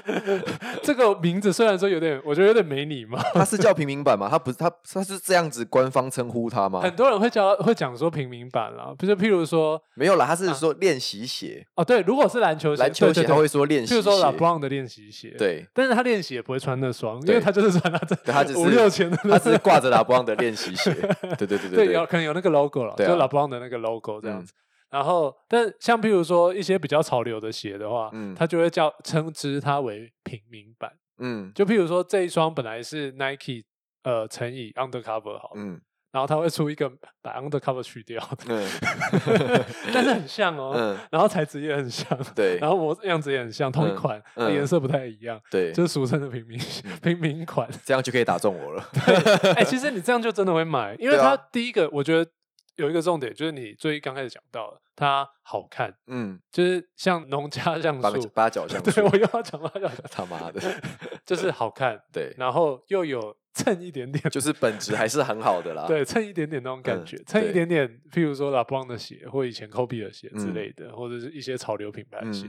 [SPEAKER 1] [laughs] 这个名字虽然说有点，我觉得有点没礼貌。
[SPEAKER 2] 它是叫平民版吗？它不是，它它是这样子官方称呼它吗？
[SPEAKER 1] 很多人会叫会讲说平民版啦，不是譬如说
[SPEAKER 2] 没有啦，它是说练习鞋，
[SPEAKER 1] 哦，对，如果啊是篮球鞋，
[SPEAKER 2] 篮球
[SPEAKER 1] 对
[SPEAKER 2] 鞋
[SPEAKER 1] 对
[SPEAKER 2] 它
[SPEAKER 1] 对
[SPEAKER 2] 会说练
[SPEAKER 1] 譬
[SPEAKER 2] 习
[SPEAKER 1] 如
[SPEAKER 2] 鞋
[SPEAKER 1] 说。LeBron 的练习鞋，， [laughs]
[SPEAKER 2] 对，
[SPEAKER 1] 但是他练习也不会穿那双，因为
[SPEAKER 2] 对
[SPEAKER 1] 他就是穿他这
[SPEAKER 2] 对他只是
[SPEAKER 1] 五六千的那
[SPEAKER 2] 它
[SPEAKER 1] 双
[SPEAKER 2] 是挂着拉布朗的练习
[SPEAKER 1] [laughs]
[SPEAKER 2] 鞋。对对对
[SPEAKER 1] 对，有
[SPEAKER 2] 对，
[SPEAKER 1] 可能有那个 logo 了，
[SPEAKER 2] 对
[SPEAKER 1] 就
[SPEAKER 2] 啊嗯
[SPEAKER 1] LeBron 的那个 logo 这样子。然后，但像譬如说一些比较潮流的鞋的话，
[SPEAKER 2] 嗯
[SPEAKER 1] 他就会叫称之它为平民版。
[SPEAKER 2] 嗯
[SPEAKER 1] 就譬如说这一双本来是 Nike 呃乘以 Undercover 好了，
[SPEAKER 2] 嗯
[SPEAKER 1] 然后他会出一个把 Undercover 去掉，
[SPEAKER 2] [laughs] 嗯
[SPEAKER 1] 但是很像哦，
[SPEAKER 2] 嗯，
[SPEAKER 1] 然后材质也很像，
[SPEAKER 2] 对
[SPEAKER 1] 然后模样子也很像，同一
[SPEAKER 2] 嗯
[SPEAKER 1] 款，
[SPEAKER 2] 嗯
[SPEAKER 1] 颜色不太一样，
[SPEAKER 2] 对，嗯
[SPEAKER 1] 就是俗称的平民平民
[SPEAKER 2] [laughs]
[SPEAKER 1] 款。
[SPEAKER 2] 这样就可以打中我
[SPEAKER 1] [laughs]
[SPEAKER 2] 了。
[SPEAKER 1] 哎，其实你这样就真的会买，因为
[SPEAKER 2] 对啊
[SPEAKER 1] 它第一个我觉得有一个重点就是你最刚开始讲到的，它好看，
[SPEAKER 2] 嗯，
[SPEAKER 1] 就是像农
[SPEAKER 2] [laughs]
[SPEAKER 1] 家像
[SPEAKER 2] 八
[SPEAKER 1] 素，[laughs]
[SPEAKER 2] 八角像素
[SPEAKER 1] 对，我又要讲到要讲，
[SPEAKER 2] 他
[SPEAKER 1] [laughs]
[SPEAKER 2] 妈的，
[SPEAKER 1] 就是好看，
[SPEAKER 2] [laughs] 对，
[SPEAKER 1] 然后又有蹭一点点。
[SPEAKER 2] 就是本质还是很好的啦。
[SPEAKER 1] [laughs] 对，蹭一点点那种感
[SPEAKER 2] 啊嗯
[SPEAKER 1] 觉，蹭一
[SPEAKER 2] 对
[SPEAKER 1] 点点，譬如说 LeBron 的鞋，或以前 Kobe 的鞋之
[SPEAKER 2] 嗯
[SPEAKER 1] 类的，或者是一些潮流品牌的
[SPEAKER 2] 嗯
[SPEAKER 1] 鞋，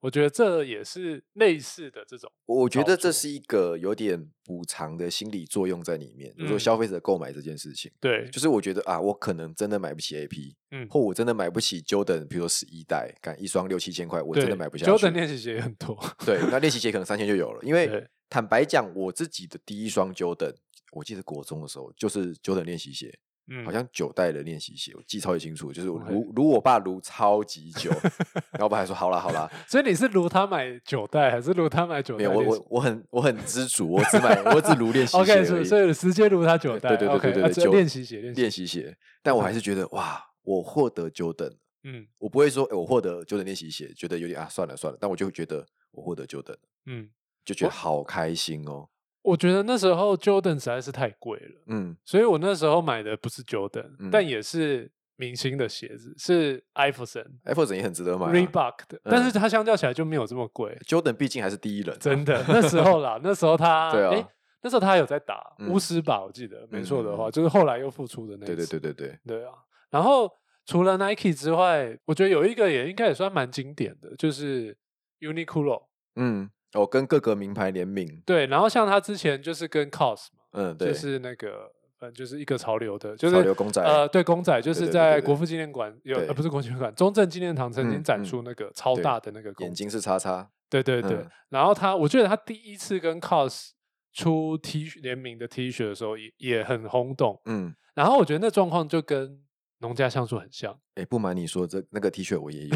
[SPEAKER 1] 我觉得这也是类似的这种。
[SPEAKER 2] 我觉得
[SPEAKER 1] 好处
[SPEAKER 2] 这是一个有点补偿的心理作用在里面。
[SPEAKER 1] 嗯
[SPEAKER 2] 我说消费者购买这件事情，
[SPEAKER 1] 对，
[SPEAKER 2] 就是我觉得啊，我可能真的买不起 AP，
[SPEAKER 1] 嗯
[SPEAKER 2] 或我真的买不起 Jordan，比如说十一代，干一双六七千块，我真的买不下去。
[SPEAKER 1] 九等练习鞋也很多，
[SPEAKER 2] 对，那练习鞋可能三千就有了。因
[SPEAKER 1] 对
[SPEAKER 2] 为坦白讲，我自己的第一双 Jordan，我记得国中的时候就是 Jordan 练习鞋，
[SPEAKER 1] 嗯，
[SPEAKER 2] 好像九代的练习鞋，我记超级清楚，就是我
[SPEAKER 1] OK
[SPEAKER 2] 撸撸我爸撸超级久，然后我爸还说好啦
[SPEAKER 1] [laughs]
[SPEAKER 2] 好啦，
[SPEAKER 1] 所以你是如他买九代，还是如他买九
[SPEAKER 2] 没
[SPEAKER 1] 代
[SPEAKER 2] 有
[SPEAKER 1] 练
[SPEAKER 2] 我
[SPEAKER 1] 习？
[SPEAKER 2] 我我很我很知足，我只买我只
[SPEAKER 1] [laughs]
[SPEAKER 2] 撸练习鞋
[SPEAKER 1] OK，
[SPEAKER 2] 而
[SPEAKER 1] 所以所
[SPEAKER 2] 已，
[SPEAKER 1] 以直接如他九代，
[SPEAKER 2] 对对对
[SPEAKER 1] OK，
[SPEAKER 2] 对对
[SPEAKER 1] 啊
[SPEAKER 2] 对，
[SPEAKER 1] 这
[SPEAKER 2] 九
[SPEAKER 1] 练习鞋，练
[SPEAKER 2] 练
[SPEAKER 1] 习，
[SPEAKER 2] 习鞋，但我还是觉得哇，我获得 Jordan，
[SPEAKER 1] 嗯
[SPEAKER 2] 我不会说诶我获得 Jordan 练习鞋，觉得有点啊算了算了，但我就会觉得我获得 Jordan，
[SPEAKER 1] 嗯，
[SPEAKER 2] 就觉得
[SPEAKER 1] 我
[SPEAKER 2] 好开心哦，
[SPEAKER 1] 我觉得那时候 Jordan 实在是太贵了，
[SPEAKER 2] 嗯
[SPEAKER 1] 所以我那时候买的不是 Jordan，、
[SPEAKER 2] 嗯
[SPEAKER 1] 但也是明星的鞋子，是 Iverson、
[SPEAKER 2] ，Apple 也很值得买、啊。
[SPEAKER 1] Reebok 的，但是它相较起来就没有这么
[SPEAKER 2] [laughs]
[SPEAKER 1] 贵，
[SPEAKER 2] Jordan 毕竟还是第一人、啊，
[SPEAKER 1] 真的。那时候
[SPEAKER 2] [laughs]
[SPEAKER 1] 啦，那时候他，
[SPEAKER 2] 对啊
[SPEAKER 1] 诶那时候他有在打
[SPEAKER 2] 嗯
[SPEAKER 1] 巫师吧，我记得没错的话，
[SPEAKER 2] 嗯
[SPEAKER 1] 就是后来又复出的那一
[SPEAKER 2] 对对
[SPEAKER 1] 次
[SPEAKER 2] 对对对，
[SPEAKER 1] 对啊，然后除了 Nike 之外，我觉得有一个也应该也算蛮经典的，就是 Uniqlo。
[SPEAKER 2] 嗯，哦，跟各个名牌联名，
[SPEAKER 1] 对，然后像他之前就是跟 COS 嘛，
[SPEAKER 2] 嗯，对，
[SPEAKER 1] 就是那个呃，就是一个潮流的，就是
[SPEAKER 2] 潮流公仔，
[SPEAKER 1] 呃，对公仔，就
[SPEAKER 2] 对
[SPEAKER 1] 是
[SPEAKER 2] 对对
[SPEAKER 1] 在
[SPEAKER 2] 对对
[SPEAKER 1] 国父纪念馆有，呃，
[SPEAKER 2] 对
[SPEAKER 1] 不是国父纪念馆，中正纪念堂曾经
[SPEAKER 2] 嗯
[SPEAKER 1] 展
[SPEAKER 2] 嗯
[SPEAKER 1] 出那个超
[SPEAKER 2] 对
[SPEAKER 1] 大的那个公
[SPEAKER 2] 眼
[SPEAKER 1] 仔，
[SPEAKER 2] 睛是叉叉，
[SPEAKER 1] 对对对。
[SPEAKER 2] 嗯
[SPEAKER 1] 然后他，我记得他第一次跟 COS 出 T 恤联名的 T 恤的时候也也很轰动，
[SPEAKER 2] 嗯
[SPEAKER 1] 然后我觉得那状况就跟农家像素很像， [laughs]
[SPEAKER 2] 哎，不瞒你说，这那个 T 恤我也有，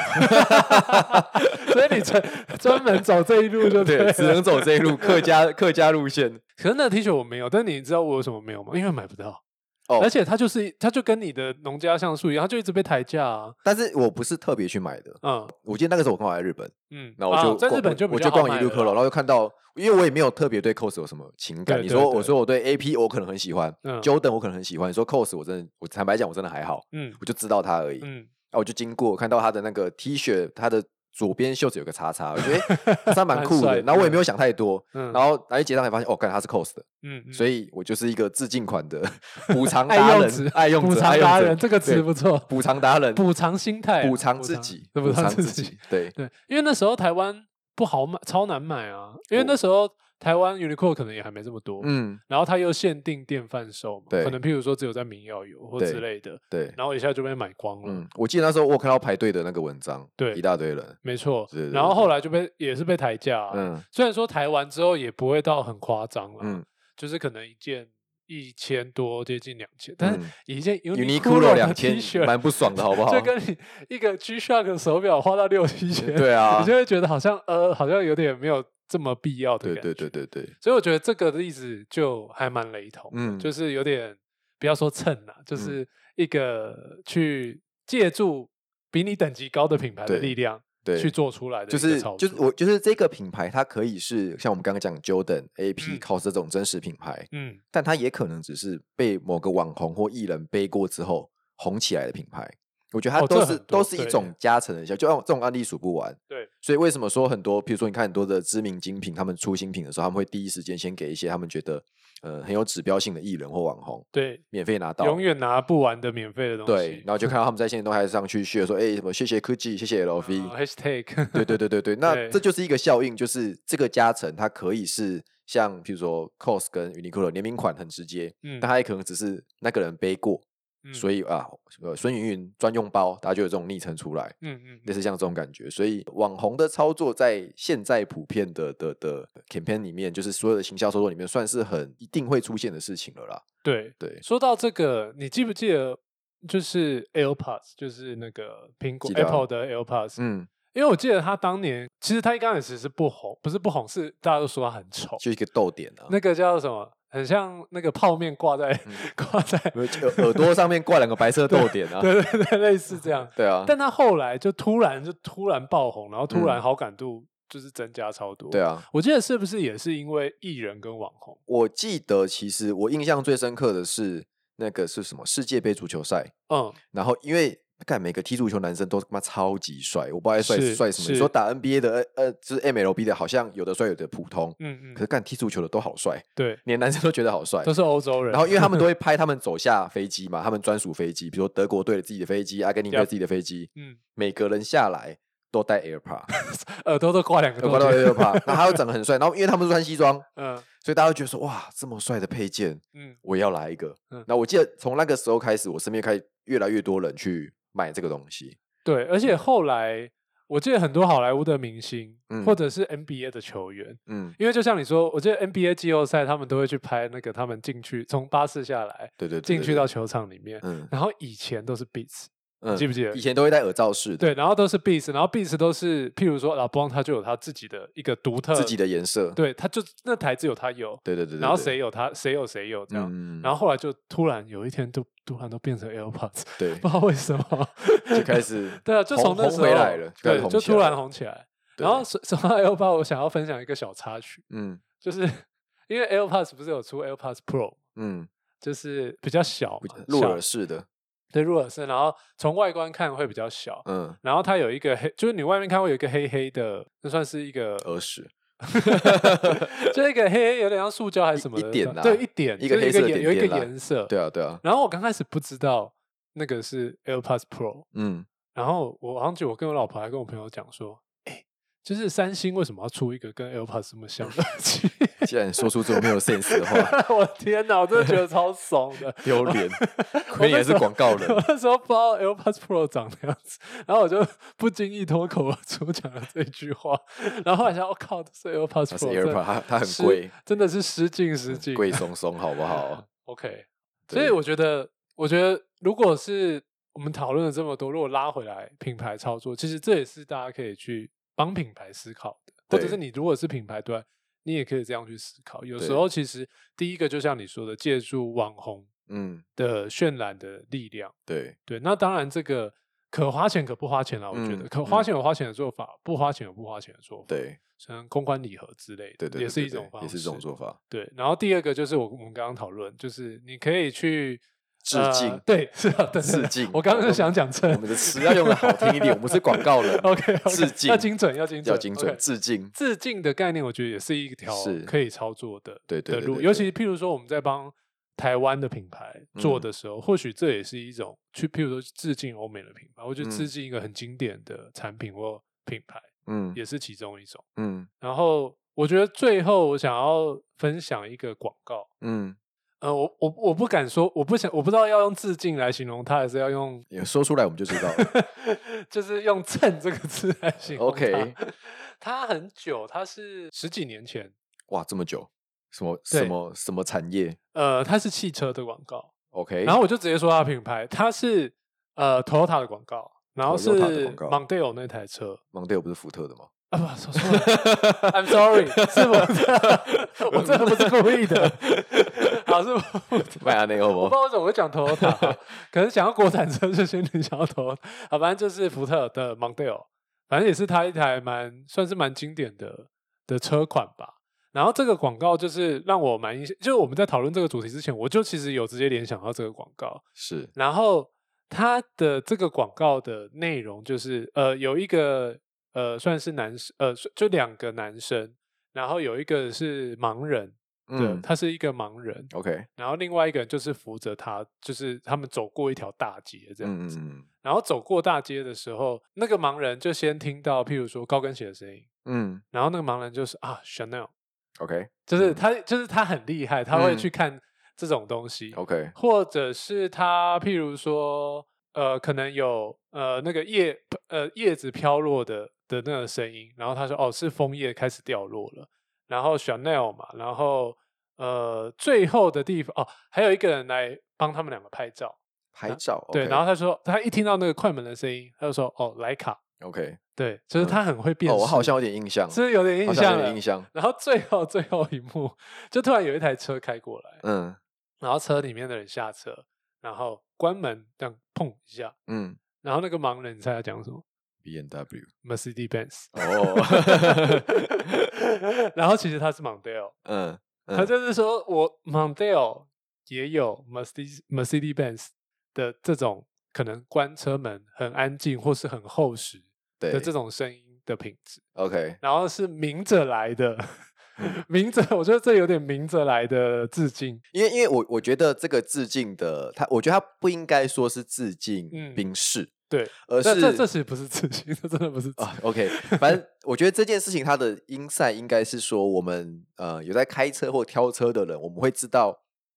[SPEAKER 1] 所以你专专门走这一路就对了
[SPEAKER 2] 对，只能走这一路
[SPEAKER 1] [laughs]
[SPEAKER 2] 客家客家路线。
[SPEAKER 1] 可是那个 T 恤我没有，但你知道我有什么没有吗？因为买不到。
[SPEAKER 2] 哦
[SPEAKER 1] 而且它就是，它就跟你的农家像素一样，它就一直被抬价啊。
[SPEAKER 2] 但是我不是特别去买的，
[SPEAKER 1] 嗯
[SPEAKER 2] 我记得那个时候我刚好来日本，
[SPEAKER 1] 嗯，
[SPEAKER 2] 然后我就、
[SPEAKER 1] 啊在日本
[SPEAKER 2] 就
[SPEAKER 1] 就
[SPEAKER 2] 我
[SPEAKER 1] 比
[SPEAKER 2] 就
[SPEAKER 1] 较
[SPEAKER 2] 逛
[SPEAKER 1] 好
[SPEAKER 2] 一
[SPEAKER 1] 买
[SPEAKER 2] 路
[SPEAKER 1] 了
[SPEAKER 2] 克罗，然后就看到，因为我也没有特别对 cos 有什么情感。
[SPEAKER 1] 对
[SPEAKER 2] 你
[SPEAKER 1] 对
[SPEAKER 2] 说我
[SPEAKER 1] 对
[SPEAKER 2] 说我对 AP 我可能很喜欢、
[SPEAKER 1] 嗯
[SPEAKER 2] j o r d a n 我可能很喜欢，你说 cos 我真的我坦白讲我真的还好，
[SPEAKER 1] 嗯
[SPEAKER 2] 我就知道他而已。
[SPEAKER 1] 嗯，
[SPEAKER 2] 啊，我就经过看到他的那个 T 恤，他的左边袖子有个叉叉，我觉得
[SPEAKER 1] [laughs]
[SPEAKER 2] 诶这还蛮
[SPEAKER 1] 蛮
[SPEAKER 2] 酷
[SPEAKER 1] 帅
[SPEAKER 2] 的。
[SPEAKER 1] 的
[SPEAKER 2] 然后我也没有想太多，
[SPEAKER 1] 嗯
[SPEAKER 2] 然后来去结账才发现，哦，干他是 cos 的，
[SPEAKER 1] 嗯，嗯
[SPEAKER 2] 所以我就是一个致敬款的补偿
[SPEAKER 1] 爱
[SPEAKER 2] 达
[SPEAKER 1] 用
[SPEAKER 2] 人
[SPEAKER 1] 词，
[SPEAKER 2] 爱用
[SPEAKER 1] 补
[SPEAKER 2] 者
[SPEAKER 1] 偿
[SPEAKER 2] 爱用
[SPEAKER 1] 达
[SPEAKER 2] 者
[SPEAKER 1] 人这个
[SPEAKER 2] 对
[SPEAKER 1] 词不错，
[SPEAKER 2] 补偿达人，
[SPEAKER 1] 补偿心态啊，
[SPEAKER 2] 补偿自己，
[SPEAKER 1] 对
[SPEAKER 2] 补
[SPEAKER 1] 补偿
[SPEAKER 2] 偿自
[SPEAKER 1] 自
[SPEAKER 2] 己
[SPEAKER 1] 己。， [laughs]
[SPEAKER 2] 对，
[SPEAKER 1] 对，因为那时候台湾不好买，超难买啊。因为那时候台湾 Uniqlo 可能也还没这么多，
[SPEAKER 2] 嗯，
[SPEAKER 1] 然后它又限定店贩售嘛，
[SPEAKER 2] 对
[SPEAKER 1] 可能譬如说只有在民耀有或
[SPEAKER 2] 对
[SPEAKER 1] 之类的，
[SPEAKER 2] 对。
[SPEAKER 1] 然后一下就被买光了。
[SPEAKER 2] 嗯，我记得那时候我有看到排队的那个文章，
[SPEAKER 1] 对
[SPEAKER 2] 一大堆人，
[SPEAKER 1] 没错
[SPEAKER 2] 是是，
[SPEAKER 1] 然后
[SPEAKER 2] 是
[SPEAKER 1] 后来就被也是被抬价、啊，
[SPEAKER 2] 嗯
[SPEAKER 1] 虽然说抬完之后也不会到很夸张了，
[SPEAKER 2] 嗯，
[SPEAKER 1] 就是可能一件一千多，接近两千，但
[SPEAKER 2] 嗯
[SPEAKER 1] 是一件
[SPEAKER 2] Uniqlo
[SPEAKER 1] Uniqlo
[SPEAKER 2] 两
[SPEAKER 1] 的
[SPEAKER 2] 千
[SPEAKER 1] T 恤，
[SPEAKER 2] 蛮不爽的好不好
[SPEAKER 1] 就跟你一个 G Shock 的手表花到六七千，
[SPEAKER 2] 对啊
[SPEAKER 1] 你就，会觉得好像呃，好像有点没有这么必要的
[SPEAKER 2] 对
[SPEAKER 1] 感
[SPEAKER 2] 对
[SPEAKER 1] 觉。
[SPEAKER 2] 对对对，
[SPEAKER 1] 所以我觉得这个例子就还蛮雷同，
[SPEAKER 2] 嗯，
[SPEAKER 1] 就是有点不要说蹭啦，就是一个去借助比你等级高的品牌的
[SPEAKER 2] 对
[SPEAKER 1] 力量
[SPEAKER 2] 对
[SPEAKER 1] 去做出来的
[SPEAKER 2] 就
[SPEAKER 1] 一个
[SPEAKER 2] 是
[SPEAKER 1] 操作，
[SPEAKER 2] 就是我就是这个品牌，它可以是像我们刚刚讲 Jordan、AP、
[SPEAKER 1] 嗯
[SPEAKER 2] COS 这种真实品牌，
[SPEAKER 1] 嗯，
[SPEAKER 2] 但它也可能只是被某个网红或艺人背过之后红起来的品牌。我觉得它
[SPEAKER 1] 哦
[SPEAKER 2] 都
[SPEAKER 1] 这
[SPEAKER 2] 是、
[SPEAKER 1] 很多
[SPEAKER 2] 都是一
[SPEAKER 1] 对
[SPEAKER 2] 种加成的效，就像这种案例数不完。
[SPEAKER 1] 对，
[SPEAKER 2] 所以为什么说很多，譬如说你看很多的知名精品，他们出新品的时候，他们会第一时间先给一些他们觉得呃很有指标性的艺人或网红
[SPEAKER 1] 对，
[SPEAKER 2] 免费拿到，
[SPEAKER 1] 永远拿不完的免费的东西
[SPEAKER 2] 对，然。后
[SPEAKER 1] [laughs]
[SPEAKER 2] 就看到他们在线动态上去 share 说，哎、什么谢谢科技，谢谢 LV，、
[SPEAKER 1] 啊 hashtag
[SPEAKER 2] 对对对对对，那
[SPEAKER 1] 对
[SPEAKER 2] 这就是一个效应，就是这个加成，它可以是像譬如说 COS 跟 Uniqlo 联名款很直接，
[SPEAKER 1] [laughs] 嗯
[SPEAKER 2] 但它也可能只是那个人背过，
[SPEAKER 1] 嗯
[SPEAKER 2] 所以啊，呃，孙云云专用包，大家就有这种昵称出来，
[SPEAKER 1] 嗯嗯
[SPEAKER 2] 类似像这种感觉。所以网红的操作在现在普遍的的的 campaign 里面，就是所有的行销操作里面，算是很一定会出现的事情了啦。
[SPEAKER 1] 对。
[SPEAKER 2] 对，
[SPEAKER 1] 说到这个，你记不记得就是 AirPods，就是那个苹果
[SPEAKER 2] 记得啊
[SPEAKER 1] Apple 的 AirPods？、
[SPEAKER 2] 嗯，
[SPEAKER 1] 因为我记得它当年其实它一刚开始是不红，不是不红，是大家都说它很丑，
[SPEAKER 2] 就一个逗点啊。
[SPEAKER 1] 那个叫什么？很像那个泡面挂在、挂在，
[SPEAKER 2] 嗯没有就耳耳朵上面挂两个白色逗点啊，
[SPEAKER 1] 对对对，类似这样。 [laughs]
[SPEAKER 2] 对啊，
[SPEAKER 1] 但它后来就突然就突然爆红，然后突
[SPEAKER 2] 嗯
[SPEAKER 1] 然好感度就是增加超多。
[SPEAKER 2] 对啊，
[SPEAKER 1] 我记得是不是也是因为艺人跟网红？
[SPEAKER 2] 我记得其实我印象最深刻的是那个是什么世界杯足球赛，
[SPEAKER 1] 嗯，
[SPEAKER 2] 然后因为看每个踢足球男生都他妈超级帅，我不知道在帅
[SPEAKER 1] 是
[SPEAKER 2] 帅什么。你
[SPEAKER 1] 是
[SPEAKER 2] 说打 NBA 的呃呃，就是 MLB 的，好像有的帅，有的普通，
[SPEAKER 1] 嗯
[SPEAKER 2] 可
[SPEAKER 1] 嗯，
[SPEAKER 2] 是干踢足球的都好帅，
[SPEAKER 1] 对，
[SPEAKER 2] 连男生都觉得好帅
[SPEAKER 1] 都。是欧洲人。
[SPEAKER 2] 然后因为他们都会拍他们走下飞机嘛，他们专属飞机，比如说德国队的自己的飞机，阿根廷队
[SPEAKER 1] Yup
[SPEAKER 2] 自己的飞机，
[SPEAKER 1] 嗯，
[SPEAKER 2] 每个人下来都戴
[SPEAKER 1] [laughs]
[SPEAKER 2] AirPod，呃
[SPEAKER 1] 耳朵都挂两个
[SPEAKER 2] 都
[SPEAKER 1] 洞。
[SPEAKER 2] 挂到 AirPod，然后他又长得很帅，然后因为他们都穿西装，
[SPEAKER 1] 嗯
[SPEAKER 2] 所以大家都觉得说哇，这么帅的配件，
[SPEAKER 1] 嗯
[SPEAKER 2] 我也要来一个。
[SPEAKER 1] 嗯
[SPEAKER 2] 那我记得从那个时候开始，我身边开始越来越多人去买这个东西。
[SPEAKER 1] 对，而且后来我记得很多好莱坞的明星，
[SPEAKER 2] 嗯
[SPEAKER 1] 或者是 NBA 的球员，
[SPEAKER 2] 嗯，
[SPEAKER 1] 因为就像你说，我记得 NBA 季后赛他们都会去拍那个他们进去从巴士下来
[SPEAKER 2] 对对对，
[SPEAKER 1] 进
[SPEAKER 2] 对
[SPEAKER 1] 去到，球场里面，
[SPEAKER 2] 对嗯
[SPEAKER 1] 然后以前都是 Beats，
[SPEAKER 2] 嗯
[SPEAKER 1] 记不记得
[SPEAKER 2] 以前都会戴耳罩式的，
[SPEAKER 1] 对，然后都是 Beats，然后 Beats 都是譬如说老布朗他就有他自己的一个独特
[SPEAKER 2] 自己，的颜色。
[SPEAKER 1] 对，他就那台只有他有，
[SPEAKER 2] 对对对对，
[SPEAKER 1] 然后
[SPEAKER 2] 对
[SPEAKER 1] 谁？有他谁有谁有这样。
[SPEAKER 2] 嗯，
[SPEAKER 1] 然
[SPEAKER 2] 后
[SPEAKER 1] 后后来就突然有一天，就突然都变成 AirPods， [laughs]
[SPEAKER 2] 对
[SPEAKER 1] 不，知道为什么。
[SPEAKER 2] 就开始
[SPEAKER 1] 对啊，就
[SPEAKER 2] 红
[SPEAKER 1] 从那
[SPEAKER 2] 红
[SPEAKER 1] 时候
[SPEAKER 2] 回来了，开始
[SPEAKER 1] 对，
[SPEAKER 2] 红
[SPEAKER 1] 就
[SPEAKER 2] 起
[SPEAKER 1] 突
[SPEAKER 2] 来
[SPEAKER 1] 然
[SPEAKER 2] 了。
[SPEAKER 1] 红起来。
[SPEAKER 2] 对
[SPEAKER 1] 然后说说到 AirPods，我想要分享一个小插曲，
[SPEAKER 2] 嗯
[SPEAKER 1] 就是 [laughs] 因为 AirPods 不是有出 AirPods Pro，
[SPEAKER 2] 嗯，
[SPEAKER 1] 就是比较小嘛，
[SPEAKER 2] 入
[SPEAKER 1] 小
[SPEAKER 2] 耳式的，
[SPEAKER 1] 对入耳式，然后从外观看会比较小。
[SPEAKER 2] 嗯，
[SPEAKER 1] 然后它有一个黑，就是你外面看会有一个黑黑的，那算是一个，
[SPEAKER 2] 耳屎，
[SPEAKER 1] 就一个黑黑有点像塑胶还是什么
[SPEAKER 2] 一
[SPEAKER 1] 的
[SPEAKER 2] 一点啊
[SPEAKER 1] 对，一点，
[SPEAKER 2] 一个
[SPEAKER 1] 就是
[SPEAKER 2] 黑色的
[SPEAKER 1] 颜
[SPEAKER 2] 点
[SPEAKER 1] 有一个
[SPEAKER 2] 点啦
[SPEAKER 1] 颜色。
[SPEAKER 2] 对啊对啊，
[SPEAKER 1] 然后我刚开始不知道那个是 AirPods Pro，
[SPEAKER 2] 嗯，
[SPEAKER 1] 然后我好像记得我跟我老婆还跟我朋友讲说，哎、就是三星为什么要出一个跟 AirPods 这么像的耳机？
[SPEAKER 2] 既然说出这种没有 sense 的话，
[SPEAKER 1] [laughs] 我的天哪，我真的觉得超怂的。 [laughs]
[SPEAKER 2] 丢脸，
[SPEAKER 1] 我
[SPEAKER 2] 亏你还
[SPEAKER 1] 那时
[SPEAKER 2] 是
[SPEAKER 1] 候
[SPEAKER 2] 广告人
[SPEAKER 1] 我，那时候不知道 AirPods Pro 长那样子，然后我就不经意脱口而出讲了这句话，然后后来想，我、哦靠，这是 AirPods
[SPEAKER 2] 哦它
[SPEAKER 1] [laughs]
[SPEAKER 2] 是
[SPEAKER 1] Pro，真的
[SPEAKER 2] AirPod，它它很
[SPEAKER 1] 失
[SPEAKER 2] 贵，
[SPEAKER 1] 真的是失敬失敬，
[SPEAKER 2] 贵松松，好不好？
[SPEAKER 1] [laughs] OK，
[SPEAKER 2] 对
[SPEAKER 1] 所以我觉得，我觉得如果是我们讨论了这么多，如果拉回来品牌操作，其实这也是大家可以去帮品牌思考的，或
[SPEAKER 2] 对
[SPEAKER 1] 者是你如果是品牌端，你也可以这样去思考。有时
[SPEAKER 2] 对
[SPEAKER 1] 候其实第一个就像你说的，借助网红
[SPEAKER 2] 嗯，
[SPEAKER 1] 的渲染的力量，
[SPEAKER 2] 对，
[SPEAKER 1] 对，那当然这个可花钱可不花钱啦，我觉得、
[SPEAKER 2] 嗯
[SPEAKER 1] 可花钱有花钱的做法，不花钱有不花钱的做法，，
[SPEAKER 2] 对，
[SPEAKER 1] 像公关礼盒之类的，
[SPEAKER 2] 对对，
[SPEAKER 1] 也
[SPEAKER 2] 对
[SPEAKER 1] 是一
[SPEAKER 2] 对
[SPEAKER 1] 种
[SPEAKER 2] 对
[SPEAKER 1] 方式，
[SPEAKER 2] 也是这种做法。
[SPEAKER 1] 对，然后第二个就是我我们刚刚讨论，就是你可以去
[SPEAKER 2] 致
[SPEAKER 1] 呃
[SPEAKER 2] 敬
[SPEAKER 1] 对，是啊，对
[SPEAKER 2] 致敬
[SPEAKER 1] 我刚刚
[SPEAKER 2] 我
[SPEAKER 1] 就
[SPEAKER 2] 们
[SPEAKER 1] 想讲这
[SPEAKER 2] 我们的词要用的好听一点，我们是广
[SPEAKER 1] [laughs]
[SPEAKER 2] 告人
[SPEAKER 1] OK，
[SPEAKER 2] 致敬
[SPEAKER 1] 要精准，要哦精准，
[SPEAKER 2] 要精准，
[SPEAKER 1] OK
[SPEAKER 2] 致敬，
[SPEAKER 1] 致敬的概念，我觉得也是一条
[SPEAKER 2] 是
[SPEAKER 1] 可以操作的
[SPEAKER 2] 对对
[SPEAKER 1] 的
[SPEAKER 2] 对
[SPEAKER 1] 路，
[SPEAKER 2] 对
[SPEAKER 1] 尤
[SPEAKER 2] 对
[SPEAKER 1] 其譬如说我们在帮台湾的品牌做
[SPEAKER 2] 嗯
[SPEAKER 1] 的时候，或许这也是一种去譬如说致敬欧美的品牌，或者
[SPEAKER 2] 嗯
[SPEAKER 1] 致敬一个很经典的产品或品牌，
[SPEAKER 2] 嗯
[SPEAKER 1] 也是其中一种。
[SPEAKER 2] 嗯
[SPEAKER 1] 然后我觉得最后我想要分享一个广告。
[SPEAKER 2] 嗯，
[SPEAKER 1] 呃，我我我不敢说，我不想，我不知道要用致敬来形容它，还是要用， [laughs]
[SPEAKER 2] 也说出来我们就知道了。
[SPEAKER 1] 就是用“蹭”这个字来形容它。
[SPEAKER 2] OK
[SPEAKER 1] [laughs] 它很久，它是十几年前，
[SPEAKER 2] 哇，这么久，什么
[SPEAKER 1] 对
[SPEAKER 2] 什么什么产业
[SPEAKER 1] 呃，它是汽车的广告，
[SPEAKER 2] ？OK，
[SPEAKER 1] 然后我就直接说它的品牌，它是呃 Toyota 的广告，然后是
[SPEAKER 2] Toyota 的广告
[SPEAKER 1] Mondeo 那台车。
[SPEAKER 2] 蒙队友不是福特的吗？
[SPEAKER 1] 啊不，说
[SPEAKER 2] [laughs]
[SPEAKER 1] 错了，I'm sorry，是我的，我真的不是故意
[SPEAKER 2] [laughs]
[SPEAKER 1] 的，好是我的，
[SPEAKER 2] 迈阿密欧
[SPEAKER 1] 我不知
[SPEAKER 2] 吗？
[SPEAKER 1] 道为什么会讲 Toyota，好可能想要国产车就先联想到 Toyota，好，反正就是福特的 Mondeo，反正也是它一台蛮算是蛮经典的的车款吧。然后这个广告就是让我蛮印象，就是我们在讨论这个主题之前，我就其实有直接联想到这个广告。
[SPEAKER 2] 是，
[SPEAKER 1] 然后它的这个广告的内容就是，呃，有一个呃算是男生，呃就两个男生，然后有一个是盲人，对，
[SPEAKER 2] 嗯
[SPEAKER 1] 他是一个盲人，
[SPEAKER 2] ，OK，
[SPEAKER 1] 然后另外一个人就是扶着他，就是他们走过一条大街这样
[SPEAKER 2] 嗯嗯
[SPEAKER 1] 子。
[SPEAKER 2] 嗯
[SPEAKER 1] 然后走过大街的时候，那个盲人就先听到，譬如说高跟鞋的声音，
[SPEAKER 2] 嗯
[SPEAKER 1] 然后那个盲人就是啊，Chanel，
[SPEAKER 2] ，OK
[SPEAKER 1] 就是他，就是他很厉害，他会
[SPEAKER 2] 嗯
[SPEAKER 1] 去看这种东西，
[SPEAKER 2] OK，
[SPEAKER 1] 或者是他譬如说，呃，可能有呃那个叶呃叶子飘落的的那个声音，然后他说哦是枫叶开始掉落了，然后 Chanel 嘛，然后呃最后的地方哦，还有一个人来帮他们两个拍照，
[SPEAKER 2] 拍照，
[SPEAKER 1] 对，
[SPEAKER 2] OK，
[SPEAKER 1] 然后他说他一听到那个快门的声音，他就说哦莱卡，
[SPEAKER 2] OK，
[SPEAKER 1] 对，就是他很会辨
[SPEAKER 2] 哦，
[SPEAKER 1] 识，
[SPEAKER 2] 我好像有点印象，
[SPEAKER 1] 是不是有点印
[SPEAKER 2] 好像
[SPEAKER 1] 象
[SPEAKER 2] 有
[SPEAKER 1] 了
[SPEAKER 2] 点印。象，
[SPEAKER 1] 然后最后最后一幕，就突然有一台车开过来，
[SPEAKER 2] 嗯
[SPEAKER 1] 然后车里面的人下车，然后关门这样碰一下， [laughs]
[SPEAKER 2] 嗯
[SPEAKER 1] 然后那个盲人，你猜他讲什么
[SPEAKER 2] ，B N
[SPEAKER 1] [laughs]
[SPEAKER 2] W，
[SPEAKER 1] ？Mercedes Benz。 [laughs]
[SPEAKER 2] 哦， [laughs]
[SPEAKER 1] 然后其实他是 Mondeo，
[SPEAKER 2] 嗯
[SPEAKER 1] 他
[SPEAKER 2] 嗯
[SPEAKER 1] 就是说我 Mondeo 也有 Mercedes Mercedes Benz 的这种可能关车门很安静或是很厚实
[SPEAKER 2] 对
[SPEAKER 1] 的这种声音的品质，
[SPEAKER 2] ，OK，
[SPEAKER 1] 然后是明着来的 [laughs]
[SPEAKER 2] 嗯，
[SPEAKER 1] 明着，我觉得这有点明着来的致敬，
[SPEAKER 2] 因为因为我我觉得这个致敬的，他我觉得他不应该说是致敬
[SPEAKER 1] 嗯
[SPEAKER 2] 宾士，
[SPEAKER 1] 对，
[SPEAKER 2] 而
[SPEAKER 1] 这
[SPEAKER 2] 是
[SPEAKER 1] 这这其实不是致敬， [laughs] 这真的不是致
[SPEAKER 2] 啊，OK，反正我觉得这件事情它的因赛应该是说，我们呃有在开车或挑车的人，我们会知道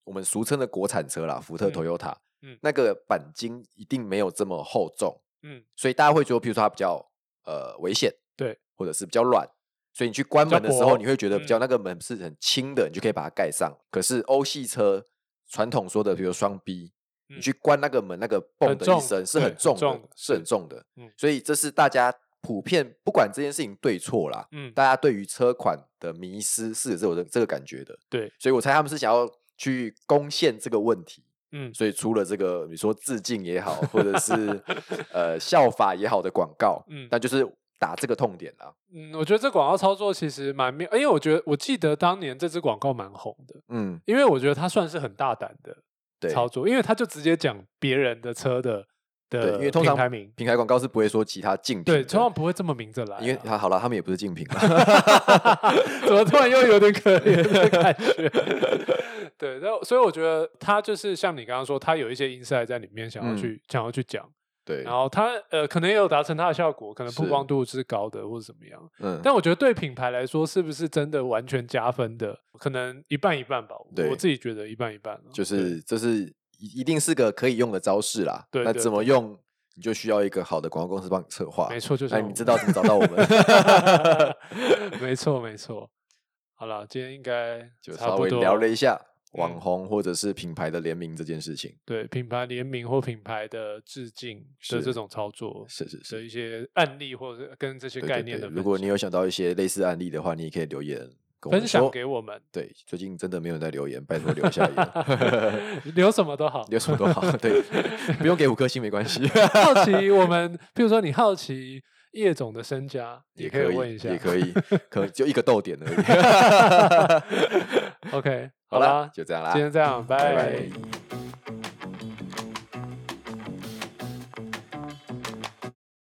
[SPEAKER 2] 我们俗称的国产车啦，福特、
[SPEAKER 1] 嗯
[SPEAKER 2] Toyota，
[SPEAKER 1] 嗯
[SPEAKER 2] 那个钣金一定没有这么厚重，
[SPEAKER 1] 嗯，
[SPEAKER 2] 所以大家会说，譬如说它比较呃危险，
[SPEAKER 1] 对，
[SPEAKER 2] 或者是比较软。所以你去关
[SPEAKER 1] 比较
[SPEAKER 2] 门的时候，
[SPEAKER 1] 薄
[SPEAKER 2] 你会觉得比
[SPEAKER 1] 嗯
[SPEAKER 2] 较那个门是很轻的，你就可以把它盖上。可是欧系车传统说的，比如双 B，
[SPEAKER 1] 嗯
[SPEAKER 2] 你去关那个门，那个嘣
[SPEAKER 1] 很
[SPEAKER 2] 的
[SPEAKER 1] 重
[SPEAKER 2] 一声是
[SPEAKER 1] 对
[SPEAKER 2] 很
[SPEAKER 1] 很
[SPEAKER 2] 重的
[SPEAKER 1] 重，
[SPEAKER 2] 是很
[SPEAKER 1] 是
[SPEAKER 2] 重的
[SPEAKER 1] 嗯。
[SPEAKER 2] 所以这是大家普遍不管这件事情对错啦，
[SPEAKER 1] 嗯，
[SPEAKER 2] 大家对于车款的迷失是有这个这个感觉的。
[SPEAKER 1] 对，
[SPEAKER 2] 所以我猜他们是想要去攻陷这个问题，
[SPEAKER 1] 嗯，
[SPEAKER 2] 所以出了这个你说致敬也好，或者是呃效法也好的广告，
[SPEAKER 1] 嗯
[SPEAKER 2] 那就是打这个痛点啦。
[SPEAKER 1] 嗯，我觉得这广告操作其实蛮妙，因为我觉得我记得当年这支广告蛮红的，
[SPEAKER 2] 嗯，
[SPEAKER 1] 因为我觉得它算是很大胆的
[SPEAKER 2] 对，
[SPEAKER 1] 操作，因为它就直接讲别人的车的
[SPEAKER 2] 对
[SPEAKER 1] 的，
[SPEAKER 2] 因为通
[SPEAKER 1] 品
[SPEAKER 2] 常
[SPEAKER 1] 牌名，
[SPEAKER 2] 品牌广告是不会说其他竞品的，
[SPEAKER 1] 对，通常不会这么明着来、啊，
[SPEAKER 2] 因为他好了，他们也不是竞品啦， [laughs]
[SPEAKER 1] 怎么突然又有点可怜的感觉？ [laughs] 对，然后所以我觉得他就是像你刚刚说，他有一些 inside 在里面想要去、想要去讲，
[SPEAKER 2] 嗯对
[SPEAKER 1] 然，后他呃可能也有达成他的效果，可能曝
[SPEAKER 2] 是
[SPEAKER 1] 光度是高的或者怎么样。
[SPEAKER 2] 嗯，
[SPEAKER 1] 但我觉得对品牌来说，是不是真的完全加分的？可能一半一半吧。我
[SPEAKER 2] 对
[SPEAKER 1] 我自己觉得一半一半啊。
[SPEAKER 2] 就
[SPEAKER 1] 对
[SPEAKER 2] 是这是一一定是个可以用的招式啦。
[SPEAKER 1] 对
[SPEAKER 2] 那
[SPEAKER 1] 对
[SPEAKER 2] 怎么
[SPEAKER 1] 对
[SPEAKER 2] 用，你就需要一个好的广告公司帮你策划。
[SPEAKER 1] 没错，就
[SPEAKER 2] 那
[SPEAKER 1] 像
[SPEAKER 2] 你
[SPEAKER 1] 我 [laughs]
[SPEAKER 2] 知道怎么找到我们？
[SPEAKER 1] 没错没错。好了，今天应该
[SPEAKER 2] 就
[SPEAKER 1] 差
[SPEAKER 2] 稍
[SPEAKER 1] 不 [laughs]
[SPEAKER 2] 微
[SPEAKER 1] 多
[SPEAKER 2] 聊了一下。网
[SPEAKER 1] 嗯
[SPEAKER 2] 红或者是品牌的联名这件事情。
[SPEAKER 1] 对品牌联名或品牌的致敬的
[SPEAKER 2] 是
[SPEAKER 1] 这种操作
[SPEAKER 2] 是是是
[SPEAKER 1] 的，一些案例，或者是跟这些
[SPEAKER 2] 对
[SPEAKER 1] 概
[SPEAKER 2] 对
[SPEAKER 1] 念的
[SPEAKER 2] 对。如果
[SPEAKER 1] 分
[SPEAKER 2] 你有想到一些类似案例的话，你也可以留言跟
[SPEAKER 1] 享
[SPEAKER 2] 我们
[SPEAKER 1] 分享
[SPEAKER 2] 说
[SPEAKER 1] 给我们，
[SPEAKER 2] 对，最近真的没有人在留言，拜托留一
[SPEAKER 1] [laughs]
[SPEAKER 2] 下言，
[SPEAKER 1] 留什么都好。
[SPEAKER 2] 留什么都好，对，不用给五颗星没关系，
[SPEAKER 1] 好奇我们，譬如说你好奇叶总的身家，也
[SPEAKER 2] 可以
[SPEAKER 1] 以问一下，
[SPEAKER 2] 也可以，可能就一个逗
[SPEAKER 1] [laughs]
[SPEAKER 2] 点而已。 [laughs]
[SPEAKER 1] OK，
[SPEAKER 2] 好
[SPEAKER 1] 啦
[SPEAKER 2] 啦，，就这样啦，
[SPEAKER 1] 今天这样，
[SPEAKER 2] 拜拜。